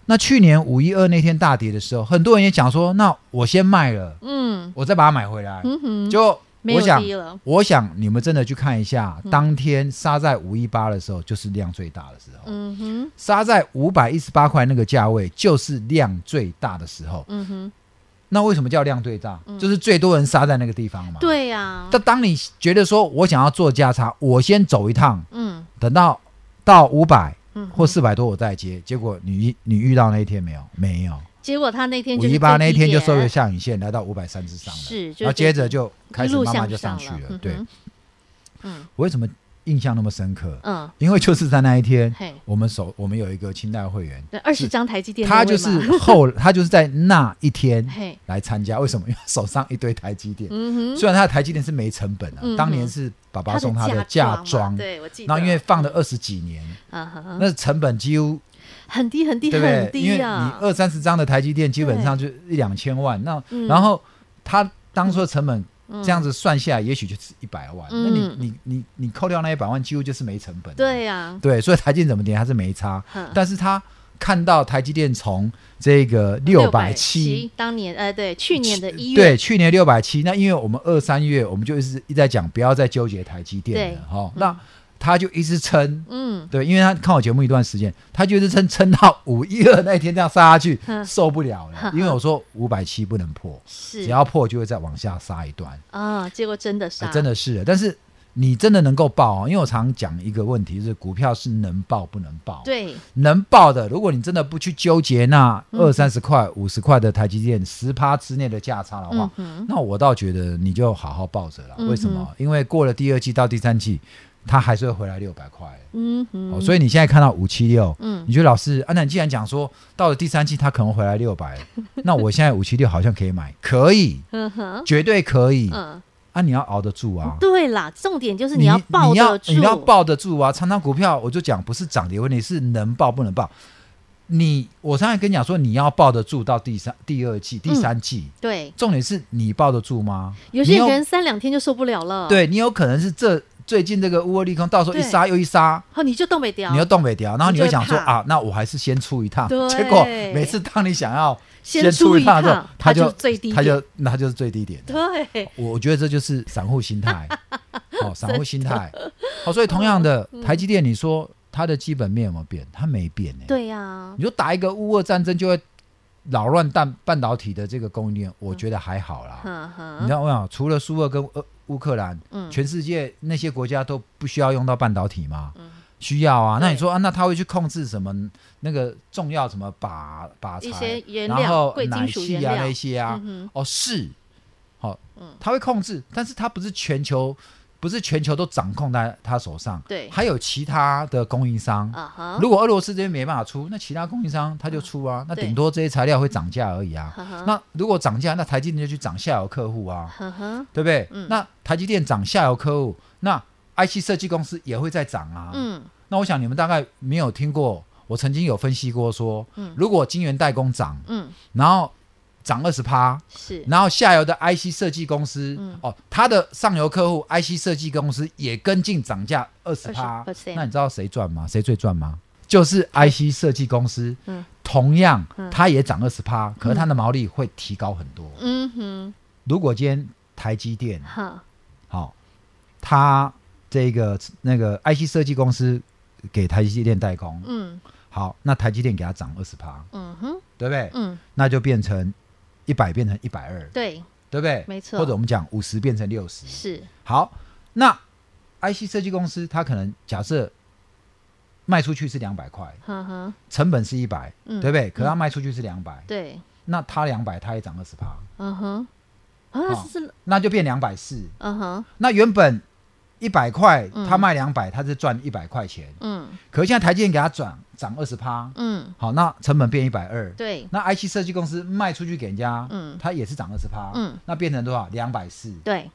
S2: 那去年五一二那天大跌的时候，很多人也讲说，那我先卖了，
S1: 嗯
S2: 我再把它买回来。
S1: 嗯哼，
S2: 就
S1: 没
S2: 我
S1: 有
S2: 想
S1: 低了，嗯
S2: 我想你们真的去看一下，当天杀在五一八的时候，就是量最大的时候；
S1: 嗯哼
S2: 杀在五百一十八块那个价位，就是量最大的时候。
S1: 嗯哼，嗯
S2: 那为什么叫量最大？就是最多人杀在那个地方嘛。。
S1: 对啊呀，
S2: 啊但当你觉得说我想要做价差，我先走一趟，
S1: 嗯
S2: 等到到五百
S1: 嗯，
S2: 或四百多我再接。结果你你遇到那一天没有？没有。
S1: 结果他那天
S2: 五
S1: 就是
S2: 一八
S1: 最
S2: 那一
S1: 低
S2: 天就
S1: 点
S2: 收了下影线，来到五百三之上了。
S1: 啊是就是
S2: 然后接着就开
S1: 一
S2: 始
S1: 路
S2: 慢
S1: 向
S2: 慢就上去
S1: 了，嗯
S2: 对。
S1: 哼嗯
S2: 我为什么印象那么深刻？
S1: 嗯，
S2: 因为就是在那一天
S1: 嘿，
S2: 我们手我们有一个清代会员，
S1: 对，二十张台积电那
S2: 他
S1: 位
S2: 就
S1: 嘛，
S2: 是后他就是在那一天
S1: 嘿
S2: 来参加，为什么？因为手上一堆台积电，
S1: 嗯哼，
S2: 虽然他的台积电是没成本啊
S1: 嗯，
S2: 当年是爸爸送他
S1: 他
S2: 的
S1: 的
S2: 嫁
S1: 嘛
S2: 妆，
S1: 对我记得，
S2: 然后因为放了二十几年，
S1: 嗯哼
S2: 那成本几乎
S1: 很低很低
S2: 对不对
S1: 很？
S2: 因为
S1: 低
S2: 你
S1: 啊，
S2: 二三十张的台积电基本上就一两千万，那
S1: 嗯
S2: 然后他当初的成本这样子算下来，也许就是一百万。那你
S1: 嗯
S2: 你你你扣掉那一百万，几乎就是没成本。
S1: 对啊呀，
S2: 对，所以台积电怎么跌，它是没差
S1: 嗯，
S2: 但是他看到台积电从这个六百七。
S1: 700当年呃对去年的一月
S2: 对，去年六百七，那因为我们二三月我们就一直一直在讲，不要再纠结台积电了
S1: 对
S2: 哈、哦。那他就一直撑，
S1: 嗯
S2: 对，因为他看我节目一段时间，他就是撑 (laughs) 撑到五一二那一天这样杀下去
S1: (laughs) 哼，
S2: 受不了了。因为我说五百七不能破，
S1: 是
S2: 只要破就会再往下杀一段，哎
S1: 啊，结果真的杀，
S2: 真的是的。但是你真的能够爆、哦，因为我常讲一个问题，就是股票是能爆不能爆。，
S1: 对，
S2: 能爆的，如果你真的不去纠结那
S1: 嗯
S2: 二三十块、五十块的台积电十趴之内的价差的话，
S1: 嗯
S2: 那我倒觉得你就好好抱着了。
S1: 嗯哼
S2: 为什么？因为过了第二季到第三季，它还是会回来六百块。
S1: 嗯哼，
S2: 哦，所以你现在看到五七六，
S1: 嗯
S2: 你觉得老师，啊，那你既然讲说到了第三季它可能回来六
S1: (laughs)
S2: 百，那我现在五七六好像可以买，可以，
S1: 嗯哼，
S2: 绝对可以，
S1: 嗯，
S2: 啊，你要熬得住啊。
S1: 对啦，重点就是
S2: 你
S1: 要抱
S2: 你要
S1: 得住，
S2: 你要抱得住啊！常常股票我就讲不是涨跌问题，是能抱不能抱。你我常常跟你讲说，你要抱得住到第三、第二季、第三季，
S1: 对，
S2: 重点是你抱得住吗？
S1: 嗯有些
S2: 你
S1: 人三两天就受不了了，，
S2: 对你有可能是这最近这个乌俄利空，到时候一
S1: 对
S2: 杀又一杀，
S1: 哦，你就动没掉，
S2: 你又动北调，然后你
S1: 你就
S2: 又想说
S1: 会怕
S2: 啊，那我还是先出一趟。
S1: 对
S2: 结果每次当你想要
S1: 先
S2: 出趟的
S1: 出一
S2: 时候
S1: 趟，
S2: 它
S1: 它就是最低点
S2: 它就那它就是最低点。
S1: 对，
S2: 我我觉得这就是散户
S1: (laughs)
S2: 心态，好、散户心态。好、所以同样
S1: 哦
S2: 的，
S1: 嗯
S2: 台积电，你说它的基本面有没有变？它没变呢、
S1: 对呀，
S2: 你就打一个乌俄战争，就会扰乱半半导体的这个供应链，我觉得还好啦。
S1: 嗯
S2: 你
S1: 哼
S2: 知，道我想，除了苏俄跟呃乌克兰，
S1: 嗯
S2: 全世界那些国家都不需要用到半导体吗？需要啊。那你
S1: 嗯对
S2: 说啊，那他会去控制什么那个重要什么靶靶材，
S1: 一些原料
S2: 然后
S1: 贵
S2: 奶
S1: 金属
S2: 气
S1: 原
S2: 啊
S1: 料
S2: 那些啊，
S1: 嗯
S2: 哦是，好、他会控制，但是他不是全球，不是全球都掌控在他手上，
S1: 对
S2: 还有其他的供应商。
S1: 啊哈，
S2: 如果俄罗斯这边没办法出，那其他供应商他就出啊，那
S1: 对
S2: 顶多这些材料会涨价而已啊。
S1: 呵呵
S2: 那如果涨价，那台积电就去涨下游客户啊，
S1: 呵呵，
S2: 对不对？
S1: 嗯
S2: 那台积电涨下游客户，那 IC 设计公司也会再涨啊。
S1: 嗯
S2: 那我想你们大概没有听过，我曾经有分析过说，如果晶圆代工涨，
S1: 嗯
S2: 然后涨二十趴，
S1: 是
S2: 然后下游的 IC 设计公司、
S1: 嗯
S2: 哦，它的上游客户 IC 设计公司也跟进涨价二十趴
S1: 20%，
S2: 那你知道谁赚吗？谁最赚吗？就是 IC 设计公司，
S1: 嗯
S2: 同样
S1: 嗯
S2: 它也涨二十趴，可是它的毛利会提高很多。
S1: 嗯哼，
S2: 如果今天台积电
S1: 好，
S2: 好、它这个那个 IC 设计公司给台积电代工，
S1: 嗯
S2: 好，那台积电给它涨二十趴，
S1: 嗯哼，
S2: 对不对？
S1: 嗯，
S2: 那就变成一百变成一百二，
S1: 对，
S2: 对不对？
S1: 没错
S2: 或者我们讲五十变成六十。
S1: 是，
S2: 好，那 IC 设计公司它可能假设卖出去是两百块，
S1: 呵呵，
S2: 成本是一百、
S1: 嗯
S2: 对不对？可它卖出去是两百、
S1: 对，
S2: 那它两百它也涨二十趴，
S1: 嗯哼，啊，
S2: 好
S1: 是，
S2: 那就变两百四。
S1: 嗯哼，
S2: 那原本一百块，
S1: 嗯
S2: 它卖两百，它是赚一百块钱。
S1: 嗯
S2: 可是现在台积电给它涨涨二十趴，
S1: 嗯，
S2: 好，那成本变一百二。
S1: 对，
S2: 那 IC 设计公司卖出去给人家，
S1: 嗯
S2: 它也是涨二十趴，
S1: 嗯，
S2: 那变成多少？两百四，
S1: 对，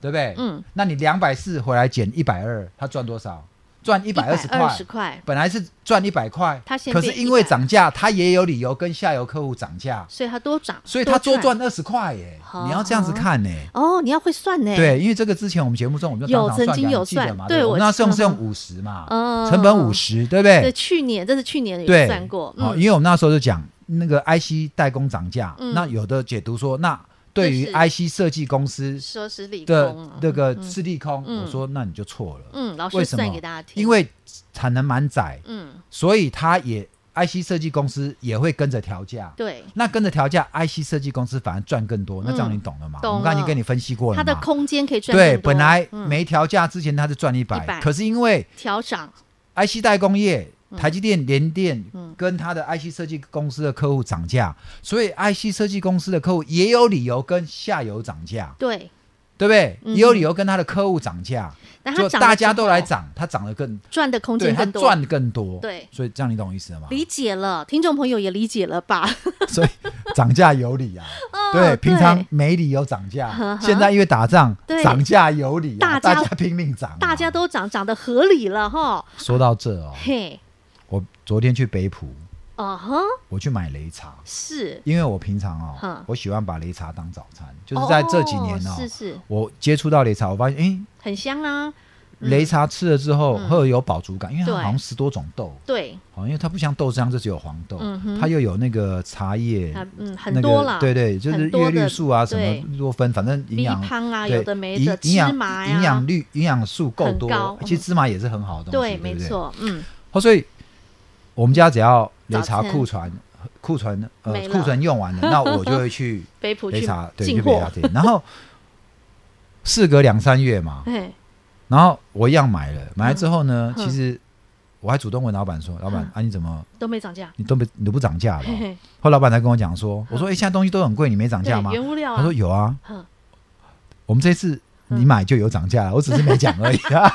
S2: 对不对？
S1: 嗯，
S2: 那你两百四回来减一百二，它赚多少？赚一
S1: 一
S2: 百二十块
S1: 二。十块，
S2: 本来是赚一百块
S1: 它，先
S2: 可是
S1: 变
S2: 因为
S1: 100
S2: 涨价，它也有理由跟下游客户涨价，
S1: 所以它多涨，
S2: 所以它多
S1: 多
S2: 赚二十块耶。你要这样子看呢。
S1: 哦，你要会算呢，，
S2: 对，因为这个之前我们节目中我们就
S1: 有
S2: 常常
S1: 曾经
S2: 两
S1: 有
S2: 记得
S1: 算
S2: 嘛，
S1: 对
S2: 不
S1: 我
S2: 我们那时候
S1: 记
S2: 是
S1: 得
S2: 用五十嘛
S1: 嗯，
S2: 成本五十，对不对
S1: 这？去年这是去年
S2: 哎对，
S1: 有算过，
S2: 哦，
S1: 嗯
S2: 因为我们那时候就讲那个 IC 代工涨价，
S1: 嗯
S2: 那有的解读说，那对于
S1: 就是
S2: IC 设计公司
S1: 说是理
S2: 的
S1: 工啊
S2: 那个是利空，
S1: 嗯
S2: 我说那你就错了。
S1: 嗯，老
S2: 为
S1: 师
S2: 什么
S1: 算给大家听，
S2: 因为产能满载，
S1: 嗯，
S2: 所以它也 IC 设计公司也会跟着调价。
S1: 对，
S2: 那跟着调价，IC 设计公司反而赚更多。那这样你懂了吗？
S1: 嗯懂
S2: 我们刚才已经
S1: 了
S2: 跟你分析过了
S1: 它
S2: 嘛。
S1: 的空间可以赚
S2: 对，
S1: 更多
S2: 本来
S1: 嗯
S2: 没调价之前它是赚一
S1: 100
S2: 百，可是因为
S1: 调涨，
S2: IC 代工业、台积电、联电
S1: 嗯
S2: 跟它的 IC 设计公司的客户涨价，所以 IC 设计公司的客户也有理由跟下游涨价，
S1: 对，
S2: 对不对？
S1: 嗯
S2: 也有理由跟他的客户涨价，
S1: 那它
S2: 就
S1: 涨了
S2: 大家都来
S1: 之后，
S2: 涨，它涨得更，
S1: 赚的空
S2: 对
S1: 间
S2: 它
S1: 更多，
S2: 赚更多，
S1: 对
S2: 所以这样你懂我意思了吗？
S1: 理解了，听众朋友也理解了吧？
S2: (laughs) 所以涨价有理啊，对，平常没理由涨
S1: 哦呵
S2: 价，
S1: 呵
S2: 现在因为打仗
S1: 对，
S2: 涨价有理
S1: 大
S2: 啊，大
S1: 家
S2: 家拼命涨啊，
S1: (laughs) 大家都涨涨得合理了哈，
S2: 说到这哦，
S1: 嘿，
S2: 我昨天去北浦，
S1: 哦哼，
S2: 我去买擂茶。
S1: 是，
S2: 因为我平常
S1: 哼
S2: 哦，我喜欢把擂茶当早餐，就是在这几年哦，
S1: 是是
S2: 我接触到擂茶，我发现，诶，
S1: 很香啊，
S2: 擂茶吃了之后
S1: 嗯
S2: 会有饱足感，因为它
S1: 对
S2: 好像十多种豆，
S1: 对，
S2: 好，因为它不像豆浆，这只有黄豆
S1: 嗯哼，
S2: 它又有那个茶叶，
S1: 它嗯很
S2: 那
S1: 多
S2: 个
S1: 啦，
S2: 对对，就是
S1: 很多
S2: 叶绿
S1: 的
S2: 素啊，什
S1: 对
S2: 么多酚，反正营养
S1: 低汤啊
S2: 对
S1: 有的没
S2: 营
S1: 的
S2: 营养
S1: 芝麻呀
S2: 营养率营养素够
S1: 很高嗯
S2: 多，哎其实芝麻也是很好的东西，
S1: 对，
S2: 对，
S1: 没。错，嗯，
S2: 哦，所以我们家只要擂
S1: 早
S2: 茶
S1: 餐
S2: 库存库存呃
S1: 没了
S2: 库存用完了，那我就会去。
S1: 北普
S2: 擂
S1: 去
S2: 茶对，去
S1: 进
S2: 北茶啊
S1: 货，
S2: 店。然后事隔两三月嘛，
S1: 嘿，
S2: 然后我一样买了，买了之后呢，
S1: 嗯
S2: 其实我还主动问老板说：“老板
S1: 嗯
S2: 啊，你怎么
S1: 都没涨价，
S2: 你都没你都不涨价了
S1: 嘿？”嘿，
S2: 后来老板才跟我讲说：“我说哎，现在东西都很贵，你没涨价
S1: 对，
S2: 吗
S1: 原物？”料啊
S2: 他说：“，有 (laughs) 啊
S1: 嗯，
S2: 我们这次
S1: 嗯
S2: 你买就有涨价了，我只是没讲而已啊，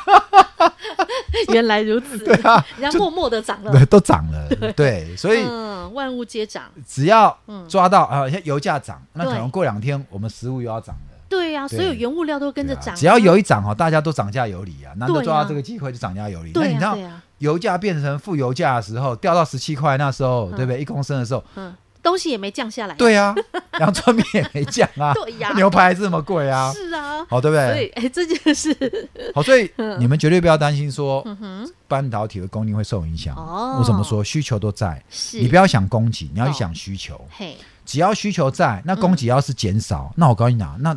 S2: (laughs)
S1: 原来如此，
S2: 对啊，
S1: 人家默默的涨了，
S2: 对，都涨了，对，所以
S1: 嗯，万物皆涨，
S2: 只要
S1: 嗯
S2: 抓到啊，现在油价涨，那
S1: 对
S2: 可能过两天我们食物又要涨了。”
S1: 对呀，
S2: 对
S1: 所有原物料都跟着
S2: 对啊
S1: 涨啊，
S2: 只要有一涨哈，大家都涨价有理啊，难得
S1: 对啊
S2: 抓到这个机会就涨价有理。那
S1: 对
S2: 你
S1: 呀，
S2: 知道
S1: 对啊呀，
S2: 油价变成负油价的时候，掉到十七块那时候，
S1: 嗯
S2: 对不对？一公升的时候，
S1: 嗯，东西也没降下来，
S2: 对啊， (laughs) 阳春面也没降啊，
S1: (laughs) 对呀
S2: 牛排还这么贵啊，
S1: 是啊，
S2: 好对不
S1: 所以
S2: 对？
S1: 哎，这
S2: (laughs)
S1: 就是
S2: 好，所以你们绝对不要担心说
S1: 嗯哼，
S2: 半导体的供应会受影响。
S1: 哦
S2: 我怎么说？需求都在，
S1: 是哦
S2: 你不要想供给，你要去
S1: 懂
S2: 想需求。
S1: 嘿，
S2: 只要需求在，
S1: 嗯
S2: 那供给要是减少，那我告诉你啊，那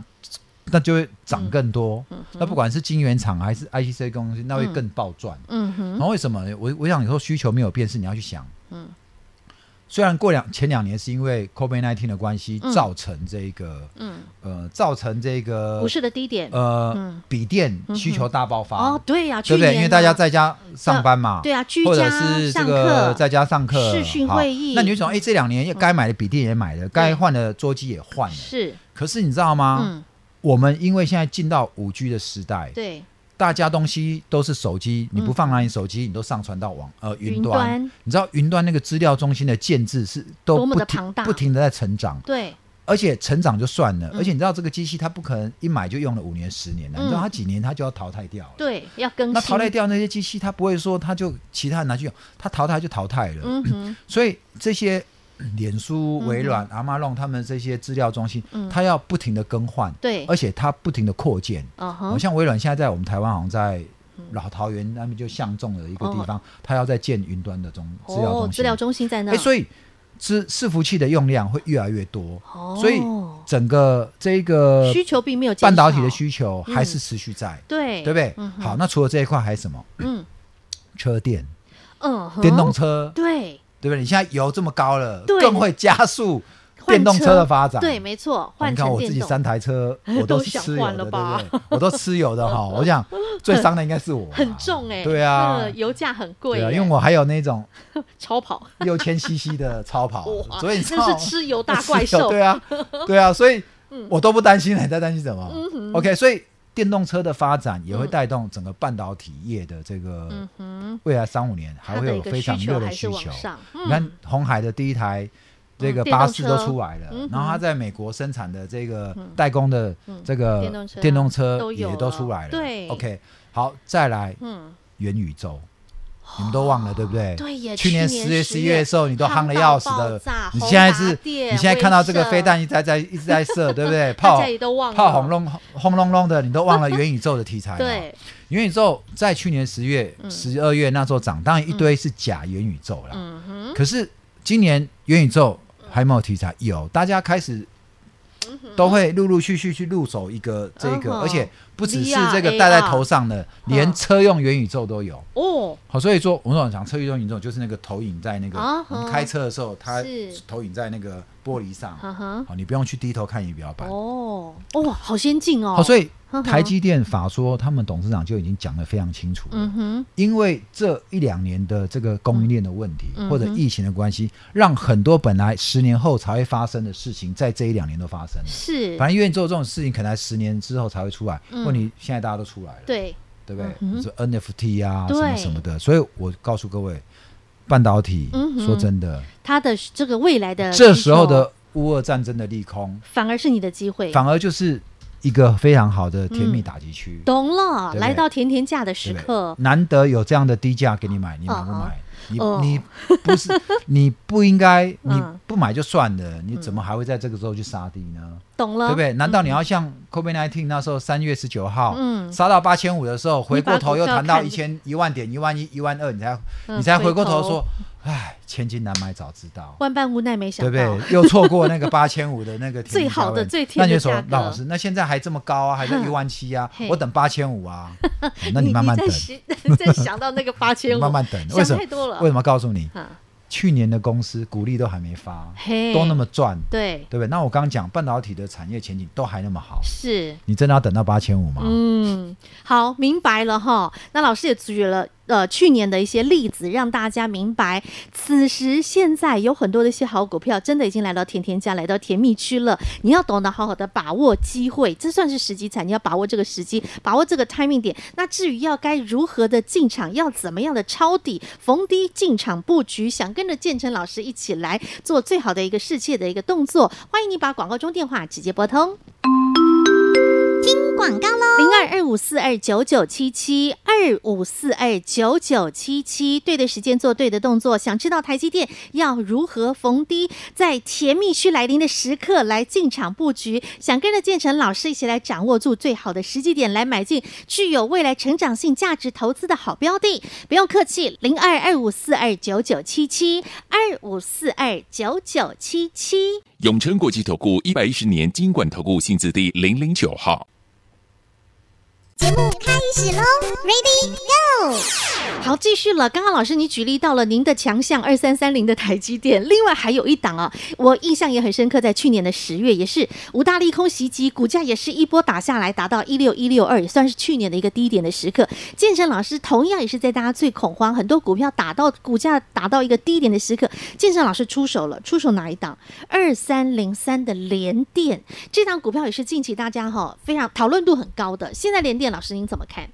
S2: 那就会涨更多。那不管是晶圆厂还是 IC 设计公司，那会更暴赚。
S1: 嗯嗯哼，
S2: 然后为什么呢？我我想你说需求没有变，是你要去想。
S1: 嗯
S2: 嗯，虽然过两前两年是因为 COVID 1 9的关系
S1: 嗯，
S2: 造成这个、
S1: 嗯，
S2: 呃，造成这个
S1: 股市的低点，
S2: 呃、
S1: 嗯
S2: 笔电需求大爆发，
S1: 哦，对呀，
S2: 对
S1: 去
S2: 不对？
S1: 年
S2: 因为大家
S1: 啊
S2: 在家上班嘛，
S1: 对啊，居
S2: 或者
S1: 家
S2: 是这
S1: 上
S2: 个
S1: 课
S2: 在家上课
S1: 视讯
S2: 好
S1: 会议嗯
S2: 那你就想，哎，这两年也该买的笔电也买了，该换的桌机也换了。
S1: 是，
S2: 可是你知道吗？
S1: 嗯，
S2: 我们因为现在进到五 G 的时代，
S1: 对，嗯
S2: 大家东西都是手机，你不放哪里手机，你都上传到网呃
S1: 云
S2: 云端。
S1: 端
S2: 你知道云端那个资料中心的建制是都
S1: 多么
S2: 不
S1: 的
S2: 停
S1: 庞大
S2: 不停的在成长，
S1: 对，
S2: 而且成长就算了，
S1: 嗯
S2: 而且你知道这个机器它不可能一买就用了五年十年的，你知道
S1: 嗯
S2: 它几年它就要淘汰掉了。
S1: 对，要更新，
S2: 那淘汰掉那些
S1: 嗯
S2: 机器，它不会说它就其他人拿去用，它淘汰就淘汰了。
S1: 嗯哼，
S2: 所以这些脸书、微
S1: 嗯
S2: 软、阿妈弄他们这些资料中心，它要不停的更换，
S1: 对
S2: 而且它不停的扩建。
S1: 嗯
S2: 好
S1: 哼，
S2: 像微软现在在我们台湾好像在老桃园那边就相中的一个地方，它要在建云端的中资料中
S1: 哦
S2: 心。，
S1: 资料中心在那，
S2: 哎，所以伺伺服器的用量会越来越多，
S1: 哦
S2: 所以整个这个
S1: 需求并没有减少
S2: 呃半导体的需求还是持续在，
S1: 嗯对
S2: 对不对？
S1: 嗯哼
S2: 好，那除了这一块还有什么？
S1: 嗯
S2: 车电、
S1: 嗯哼，
S2: 电动车，
S1: 对
S2: 对不对？你现在油这么高了，
S1: 对
S2: 更会加速
S1: 换
S2: 电动车的发展。
S1: 对，没错，
S2: 哦
S1: 换
S2: 你看
S1: 成
S2: 我自
S1: 电
S2: 己
S1: 动，
S2: 三台车，
S1: (laughs)
S2: 我
S1: 都
S2: 是
S1: 想
S2: 吃油
S1: 换了
S2: 的，对
S1: 吧
S2: 不对？我都吃油
S1: (laughs)
S2: 的哈。我想最伤的应该是我啊，
S1: 很 (laughs) 重哎，
S2: (laughs) 对啊
S1: 那个油价很贵哎
S2: 对
S1: 耶，
S2: 啊，因为我还有那种
S1: 超跑，
S2: 六千 CC 的超跑
S1: (laughs) 哇，
S2: 哦所以你知道
S1: 那是吃油大怪
S2: 是有
S1: 兽，嗯
S2: (laughs) 对啊，对啊，所以我都不担心了，你在担心什么、o k 所以电动车的发展也会带动整个半导体业的这个
S1: 嗯哼，
S2: 未来三五年还
S1: 它
S2: 会
S1: 的一
S2: 有
S1: 个
S2: 非常
S1: 需
S2: 热
S1: 求
S2: 的
S1: 还是
S2: 需
S1: 往
S2: 求。
S1: 上，
S2: 你看红海的第一台这个
S1: 嗯电动
S2: 巴士都
S1: 车
S2: 出来了，
S1: 嗯哼嗯
S2: 然后它在美国生产的这个代工的这
S1: 电
S2: 个
S1: 动车啊
S2: 电动车
S1: 都有
S2: 也都出来了。
S1: 了对
S2: ，OK，好，再来
S1: 嗯，
S2: 元宇宙。你们都忘了对不对？
S1: 哦对耶
S2: 去年
S1: 去年
S2: 十月、
S1: 10
S2: 十一月的时候，你都夯的要死
S1: 夯到爆
S2: 的
S1: 炸。
S2: 你现在
S1: 宏
S2: 是
S1: 达，
S2: 你
S1: 电
S2: 现在看到这个
S1: 威慑
S2: 飞弹一直在在一直在射，对不对？
S1: (laughs) 大
S2: 炮
S1: 家也都忘了，
S2: 炮轰隆轰隆隆的，你都忘了元宇宙的题材了。
S1: 对，
S2: 元宇宙在去年十月、十二月那时候涨，当然一堆是假元宇宙啦。
S1: 嗯哼，
S2: 可是今年元宇宙还有没有题材？有，大家开始都会陆陆续续去入手一个这个，
S1: 嗯嗯哼
S2: 而且不只是
S1: VR
S2: 这个戴在头上的，
S1: 嗯
S2: 连车用元宇宙都有。
S1: 哦，
S2: 好，所以说我们总讲车用元宇宙就是那个投影在那个
S1: 啊哈
S2: 我们开车的时候，它
S1: 是
S2: 投影在那个玻璃上。
S1: 哈哈，
S2: 好，你不用去低头看仪表板。
S1: 嗯哦，哇，好先进哦，
S2: 好，哎所
S1: 以，
S2: 以
S1: 呵呵
S2: 台积电法说，他们董事长就已经讲得非常清楚了。
S1: 嗯哼，
S2: 因为这一两年的这个供应链的问题，
S1: 嗯
S2: 或者疫情的关系，让很多本来十年后才会发生的事情，在这一两年都发生了。
S1: 是，
S2: 反正愿意做这种事情，可能在十年之后才会出来。
S1: 嗯
S2: 问题现在大家都出来了，
S1: 对，
S2: 对不对？
S1: 嗯哼
S2: 什么 NFT 啊，
S1: 对
S2: 什么什么的。所以我告诉各位，半导体，
S1: 嗯哼
S2: 说真的，
S1: 它的这个未来的需求，
S2: 这时候的乌俄战争的利空，
S1: 反而是你的机会，
S2: 反而就是一个非常好的
S1: 嗯
S2: 甜蜜打击区，
S1: 懂了，
S2: 对不对
S1: 来到甜甜价的时
S2: 对不对
S1: 刻，
S2: 难得有这样的低价给你买，你买不
S1: 嗯
S2: 买？你
S1: 哦
S2: 你不是 (laughs) 你不应该，你
S1: 嗯
S2: 不买就算了，你怎么还会在这个时候去杀低呢？
S1: 懂
S2: 对
S1: 了，
S2: 不对？难道你要像 COVID nineteen 那时候三月十九号，
S1: 嗯
S2: 杀到八千五的时候，回过头又谈
S1: 你把
S2: 到
S1: 股
S2: 一
S1: 票
S2: 千一万点、一万一、一万二，你才
S1: 嗯
S2: 你才回过头
S1: 回
S2: 说，唉，千金难买早知道。
S1: 万般无奈，没想
S2: 对
S1: 到，
S2: 不对？又错
S1: (laughs)
S2: 过那个八千五的那个
S1: 最好的最
S2: 甜
S1: 甜的
S2: 那你就说
S1: 价格
S2: 那老师，那现在还这么高啊，
S1: (laughs)
S2: 还在一万七啊
S1: 嘿，
S2: 我等八千五
S1: (laughs)
S2: 啊，哦那你
S1: 你
S2: 慢慢
S1: 在
S2: 等，
S1: 想 (laughs) 在想到那个八 (laughs) 千五，
S2: 慢慢等。
S1: 想
S2: 为什么
S1: 太多了？
S2: 为什么告诉你？
S1: 啊
S2: 去年的公司股利都还没发，
S1: 嘿
S2: 都那么赚，
S1: 对，
S2: 对不对？那我刚刚讲半导体的产业前景都还那么好，
S1: 是。
S2: 你真的要等到八千五吗？
S1: 嗯，好，明白了哈。那老师也举了呃去年的一些例子，让大家明白，此时现在有很多的一些好股票，真的已经来到甜甜家，来到甜蜜区了。你要懂得好好的把握机会，这算是时机才，你要把握这个时机，把握这个 timing 点。那至于要该如何的进场，要怎么样的抄底、逢低进场布局，想跟着建成老师一起来做最好的一个世界的一个动作，欢迎你把广告中电话直接拨通。
S5: 广告喽。
S1: 零二二五四二九九七七二五四二九九七七，对的时间做对的动作。想知道台积电要如何逢低，在甜蜜区来临的时刻来进场布局？想跟着建成老师一起来掌握住最好的时机点，来买进具有未来成长性价值投资的好标的。不用客气，零二二五四二九九七七二五四二九九七七。
S3: 永诚国际投顾一百一十年金管投顾性质第零零九号。
S5: 节目开始喽，Ready Go！
S1: 好，继续了。刚刚老师你举例到了您的强项二三三零的台积电，另外还有一档啊，我印象也很深刻，在去年的十月也是五大利空袭击，股价也是一波打下来，达到一六一六二，也算是去年的一个低点的时刻。建成老师同样也是在大家最恐慌，很多股票打到股价打到一个低点的时刻，建成老师出手了，出手哪一档？二三零三的联电，这档股票也是近期大家哈、非常讨论度很高的。现在联电老师您怎么看？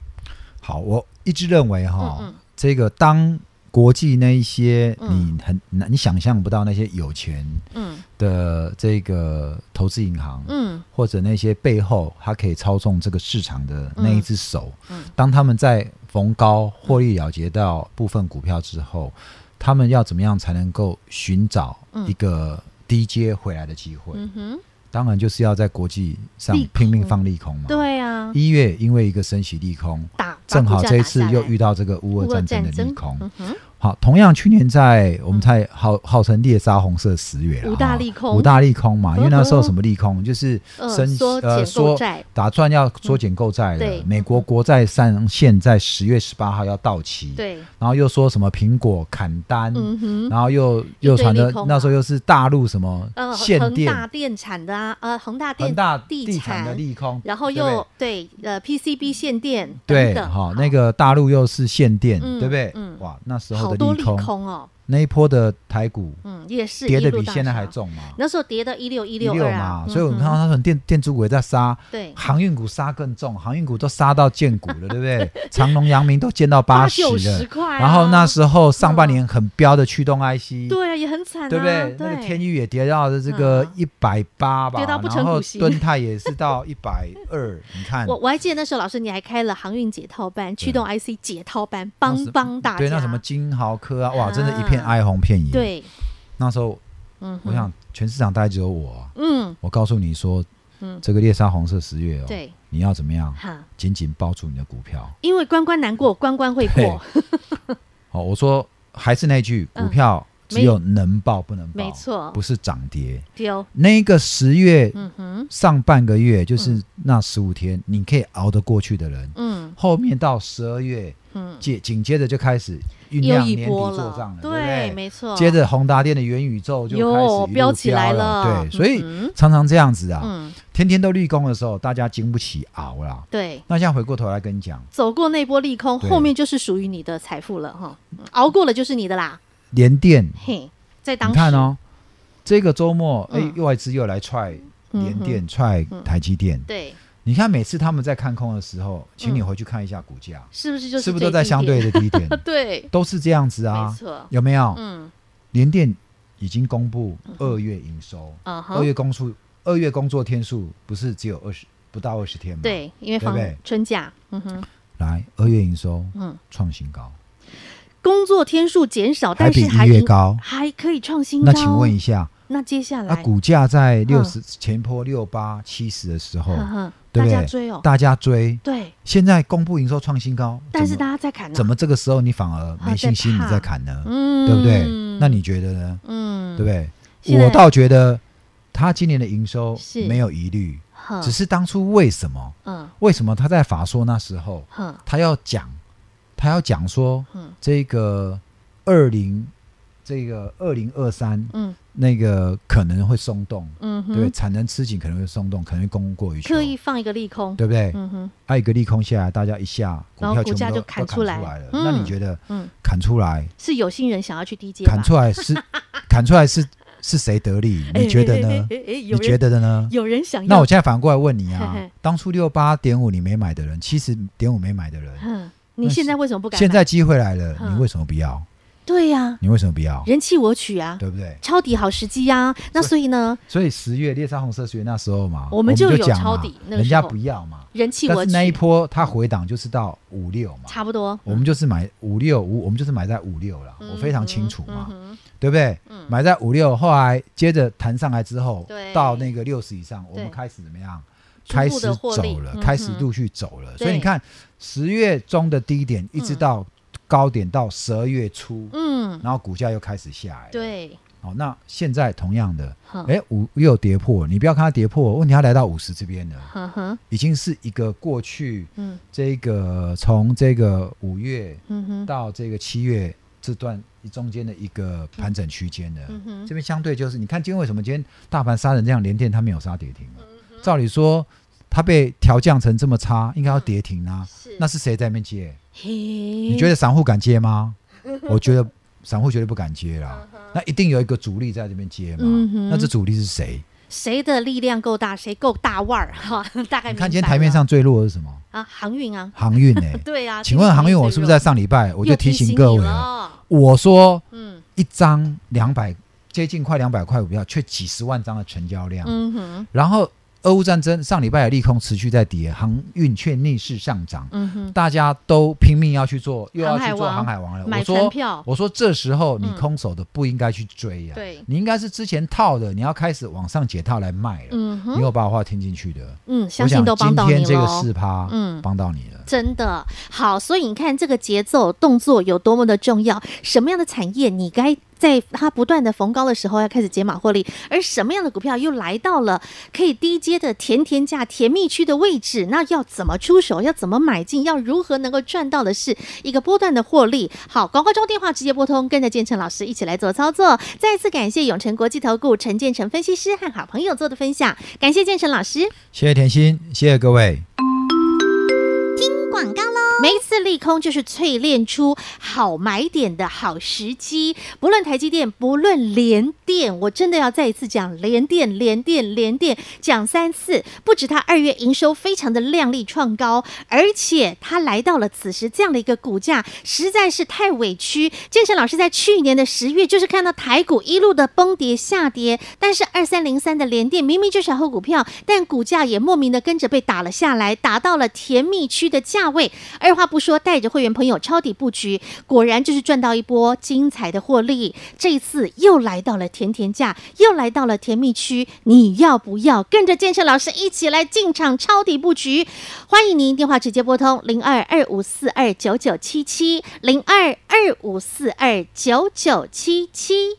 S2: 好，我一直认为哈，
S1: 嗯嗯
S2: 这个当国际那一些
S1: 嗯
S2: 你很难、你想象不到那些有钱
S1: 嗯
S2: 的这个投资银行，
S1: 嗯，
S2: 或者那些背后它可以操纵这个市场的那一只手，
S1: 嗯嗯
S2: 当他们在逢高获利了结到部分股票之后，他们要怎么样才能够寻找一个低阶回来的机会？
S1: 嗯哼，
S2: 当然就是要在国际上
S1: 利空
S2: 拼命放利空嘛。
S1: 对啊，
S2: 一月因为一个升息利空，
S1: 打
S2: 正好这一次又遇
S1: 到
S2: 到这个乌俄战争的利空。
S1: 嗯哼，
S2: 好，同样去年在我们在号号称猎杀红色十月了，
S1: 五大
S2: 哈
S1: 利空
S2: 五大利空嘛，因为
S1: 嗯哼
S2: 那时候什么利空，就是升
S1: 嗯缩
S2: 呃
S1: 减购
S2: 缩
S1: 债
S2: 打算要缩减购债
S1: 嗯对
S2: 了，美国国债上限在十月十八号要到期，，
S1: 对，
S2: 然后又说什么苹果砍单，
S1: 嗯哼。
S2: 然后又又传
S1: 利
S2: 的
S1: 空嘛啊
S2: 那时候又是大陆什么
S1: 呃，
S2: 限
S1: 恒
S2: 电，
S1: 大电产的啊，呃，恒大电
S2: 恒大
S1: 地
S2: 产的利空，
S1: 然后
S2: 对不对
S1: 又对呃 PCB 限电
S2: 对，
S1: 等等
S2: 好，那个大陆又是限电，
S1: 嗯
S2: 对不对
S1: 嗯？
S2: 哇，那时
S1: 好
S2: 候
S1: 多
S2: 的
S1: 利
S2: 利空，
S1: 空哦，
S2: 那一波的台股
S1: 嗯，也是
S2: 跌
S1: 一
S2: 的
S1: 路
S2: 比
S1: 大
S2: 现在还
S1: 杀，
S2: 重嘛，
S1: 那时候跌到一六一六
S2: 16
S1: 二
S2: 嘛
S1: 啊，，
S2: 所以我们
S1: 嗯
S2: 看到
S1: 哼
S2: 它很电电子股也在杀，
S1: 对
S2: 航运股杀更重，航运股都杀到见骨了，对 (laughs) 不对？长隆、阳明都见到八十
S1: 九十
S2: 了，
S1: 块啊，
S2: 然后那时候上半
S1: 嗯
S2: 年很标的驱动 IC，
S1: 对啊也很惨啊，嗯
S2: 对不对？那个天宇也跌到了这个一百八吧，
S1: 跌到不成
S2: 然后
S1: 股息
S2: 敦泰也是到一百二，你看
S1: 我我还记得那时候老师你还开了航运解套班、驱动 IC 解套班，
S2: 啊那
S1: 帮
S2: 什
S1: 帮大家。
S2: 对，那什么金豪科啊，哇，真的，一
S1: 啊
S2: 片哀鸿遍野。，
S1: 对，
S2: 那时候
S1: 嗯哼，
S2: 我想全市场大概只有我啊，
S1: 嗯，
S2: 我告诉你说
S1: 嗯，
S2: 这个猎杀红色十月哦，
S1: 对，
S2: 你要怎么样
S1: 哈，
S2: 紧紧抱住你的股票。
S1: 因为关关难过关关会
S2: 对
S1: 过，
S2: 哦，我说还是那句，
S1: 嗯
S2: 股票只有能报不能报，
S1: 没错
S2: 不是涨跌。
S1: 丢，
S2: 那个十月
S1: 嗯哼，
S2: 上半个月就是那十五天，你可以熬得过去的人，
S1: 嗯
S2: 后面到十二月
S1: 嗯，
S2: 紧紧接着就开始酝
S1: 又
S2: 酿
S1: 一
S2: 年底
S1: 波
S2: 做账
S1: 了
S2: 了，，
S1: 对，
S2: 不对？
S1: 没错，
S2: 接着宏达电的元宇宙就开始一
S1: 嗯哟
S2: 路
S1: 飙起来
S2: 了，
S1: 了
S2: 对，所以
S1: 嗯哼
S2: 常常这样子啊，
S1: 嗯，
S2: 天天都立功的时候，大家经不起熬啦。
S1: 对。
S2: 那现在回过头来跟你讲，
S1: 走过那波利空，
S2: 对
S1: 后面就是属于你的财富了哈，嗯熬过了就是你的啦。
S2: 联电，
S1: 嘿，在当
S2: 你
S1: 时
S2: 看，哦，这个周末哎
S1: 嗯，
S2: 外资又来踹
S1: 嗯
S2: 联电、踹台积电。
S1: 对，
S2: 你看每次他们在看空的时候，请你回去看一下股价，
S1: 是不是就是
S2: 是不是
S1: 这
S2: 都
S1: 一
S2: 在
S1: 定
S2: 相
S1: 点？
S2: 对的
S1: (laughs)
S2: 低点？
S1: 对，
S2: 都是这样子啊
S1: 没，错，
S2: 有没有？
S1: 嗯，
S2: 联电已经公布二月营收，
S1: 嗯
S2: 二
S1: 哼，
S2: 月工数，二月工作天数不是只有二十不到二十天吗？，
S1: 对，因为
S2: 对不
S1: 放
S2: 对
S1: 春假，嗯哼，
S2: 来二月营收
S1: 嗯，
S2: 创新高，
S1: 工作天数减少，
S2: 还
S1: 但
S2: 比
S1: 是
S2: 一
S1: 还
S2: 月
S1: 赢
S2: 高。
S1: 还可以创新高。
S2: 那请问一，下，
S1: 那接下
S2: 那
S1: 来，嗯
S2: 股价在六十前坡六八七十的时候，
S1: 呵呵
S2: 对
S1: 大
S2: 不对
S1: 家追哦，
S2: 大家追，
S1: 对，
S2: 现在公布营收创新高，
S1: 但是
S2: 怎
S1: 大
S2: 么
S1: 家在砍呢，啊
S2: 怎么这个时候你反而没信心，
S1: 啊在怕
S2: 你在砍呢？
S1: 嗯，
S2: 对不对？那你觉得呢？
S1: 嗯，
S2: 对不
S1: 现
S2: 对？
S1: 在
S2: 我倒觉得他今年的营收
S1: 是嗯
S2: 没有疑虑，
S1: 哼
S2: 只是当初为什么？
S1: 嗯
S2: 为什么他在法说那时候
S1: 哼
S2: 他要讲，他要讲说
S1: 嗯
S2: 这个二零这个二零二三
S1: 嗯
S2: 那个可能会松动，
S1: 嗯哼，
S2: 对，产能吃紧可能会松动，可能会供过于求，
S1: 刻意放一个利空，
S2: 对不对？
S1: 嗯哼，
S2: 还有一个利空下来，大家一下股
S1: 然后
S2: 票
S1: 股价
S2: 全部都
S1: 就砍
S2: 都
S1: 出
S2: 出
S1: 来
S2: 来了。
S1: 嗯
S2: 那你觉得
S1: 嗯，
S2: 砍出来，
S1: 是有心人想要去低阶吧，
S2: 砍出来是
S1: (laughs)
S2: 砍出来是是谁得利？
S1: 哎
S2: 你觉得
S1: 哎
S2: 呢？
S1: 哎哎哎有
S2: 你觉
S1: 人
S2: 得的呢？
S1: 有人想要，
S2: 那我现在反过来问你
S1: 嘿
S2: 啊
S1: 嘿，
S2: 当初六八点五你没买的人，七十点五没买的人，
S1: 哼，你
S2: 那
S1: 现
S2: 是
S1: 在为什么不敢买？
S2: 现在机会来了，
S1: 嗯
S2: 你为什么不要？
S1: 对呀，
S2: 你为什么不要？
S1: 人气我取啊，
S2: 对不对？
S1: 抄底好时机呀。那所以呢，
S2: 所以十月猎杀红色学那时候嘛，
S1: 我
S2: 我
S1: 们就
S2: 就
S1: 有
S2: 讲嘛
S1: 抄底那个
S2: 人
S1: 时候
S2: 家不要嘛。
S1: 人气
S2: 但
S1: 我
S2: 是
S1: 取嗯
S2: 那一波它回档就是到五六嘛，
S1: 差不多，
S2: 我们就是买五六五，我们就是买在五六
S1: 嗯
S2: 了，我非常清楚嘛，对不对？买在五六，后来接着弹上来之后
S1: 对，
S2: 到那个六十以上，我
S1: 对
S2: 们开始怎么样？
S1: 逐
S2: 开
S1: 步
S2: 始
S1: 地获利
S2: 走了，
S1: 嗯
S2: 开始
S1: 哼
S2: 陆续走了。
S1: 对
S2: 所以你看，十月中的低点一直到高点到十二月初，
S1: 嗯，
S2: 然后股价又开始下来。，
S1: 对，
S2: 好，那现在同样的
S1: 哼，
S2: 哎，五又跌破，你不要看它跌破，问题它来到五十这边了，
S1: 哼哼，
S2: 已经是一个过去
S1: 嗯
S2: 这个从这个五月
S1: 嗯哼，
S2: 到这个七月这段中间的一个盘整区间的，
S1: 嗯哼
S2: 这边相对就是，你看今天为什么今天大盘杀成这样，连电它没有杀跌停
S1: 嗯
S2: 啊？照理说它被调降成这么差，应该要跌停啊，
S1: 是
S2: 那是谁在那边接？
S1: 嘿，
S2: 你
S1: 你
S2: 觉得散户敢
S1: (laughs)
S2: 接吗？我觉得散户绝对不敢接啦，那一定有一个主力在这边接嘛，
S1: 嗯哼
S2: 那这主力是谁？
S1: 谁的力量够大，谁够大腕儿 (laughs) 哈？大概
S2: 你
S1: 明白
S2: 看今天台面
S1: 了
S2: 上最弱的是什
S1: (laughs)
S2: 么？
S1: 啊，航运啊，
S2: 航运呢、
S1: 对啊，
S2: 请问航运，我是不是在上礼拜我
S1: 我
S2: 就提醒各位啊了？
S1: 了？
S2: 我说
S1: 嗯
S2: 一张两百，接近快两百块股票，却几十万张的成交量，
S1: 嗯哼，
S2: 然后俄乌战争上礼拜的利空持续在跌，航运却逆势上涨，
S1: 嗯哼，
S2: 大家都拼命要去做，又要
S1: 航海
S2: 去做
S1: 王
S2: 航海王了。
S1: 买
S2: 我
S1: 船
S2: 说
S1: 票，
S2: 我说这时候你
S1: 嗯
S2: 空手的不应该去追呀、
S1: 对
S2: 你应该是之前套的，你要开始往上解套来卖了。
S1: 嗯
S2: 你
S1: 哼，
S2: 有把我话听进去的，
S1: 嗯，
S2: 我
S1: 相信
S2: 想
S1: 都帮
S2: 今
S1: 到
S2: 天
S1: 你
S2: 这个
S1: 了。
S2: 四趴，
S1: 嗯
S2: 帮到你了。
S1: 真的好，所以你看这个节奏动作有多么的重要，什么样的产业你该在它不断的逢高的时候要开始解码获利，而什么样的股票又来到了可以低阶的甜甜价、甜蜜区的位置，那要怎么出手，要怎么买进，要如何能够赚到的是一个波段的获利。好，广告中电话直接拨通，跟着建成老师一起来做操作。再次感谢永诚国际投顾陈建成分析师和好朋友做的分享，感谢建成老师。
S2: 谢谢甜心，谢谢各位。
S5: 广告喽，
S1: 每一次利空就是淬炼出好买点的好时机。不论台积电，不论联电，我真的要再一次讲联电，联电，联电，讲三次。不止它二月营收非常的亮丽创高，而且它来到了此时这样的一个股价，实在是太委屈。建成老师在去年的十月就是看到台股一路的崩跌下跌，但是二三零三的联电明明就是好股票，但股价也莫名的跟着被打了下来，打到了甜蜜区的价位。二话不说，带着会员朋友抄底布局，果然就是赚到一波精彩的获利。这一次又来到了甜甜价，又来到了甜蜜区，你要不要跟着建设老师一起来进场抄底布局？欢迎您电话直接拨通零二二五四二九九七七零二二五四二九九七七。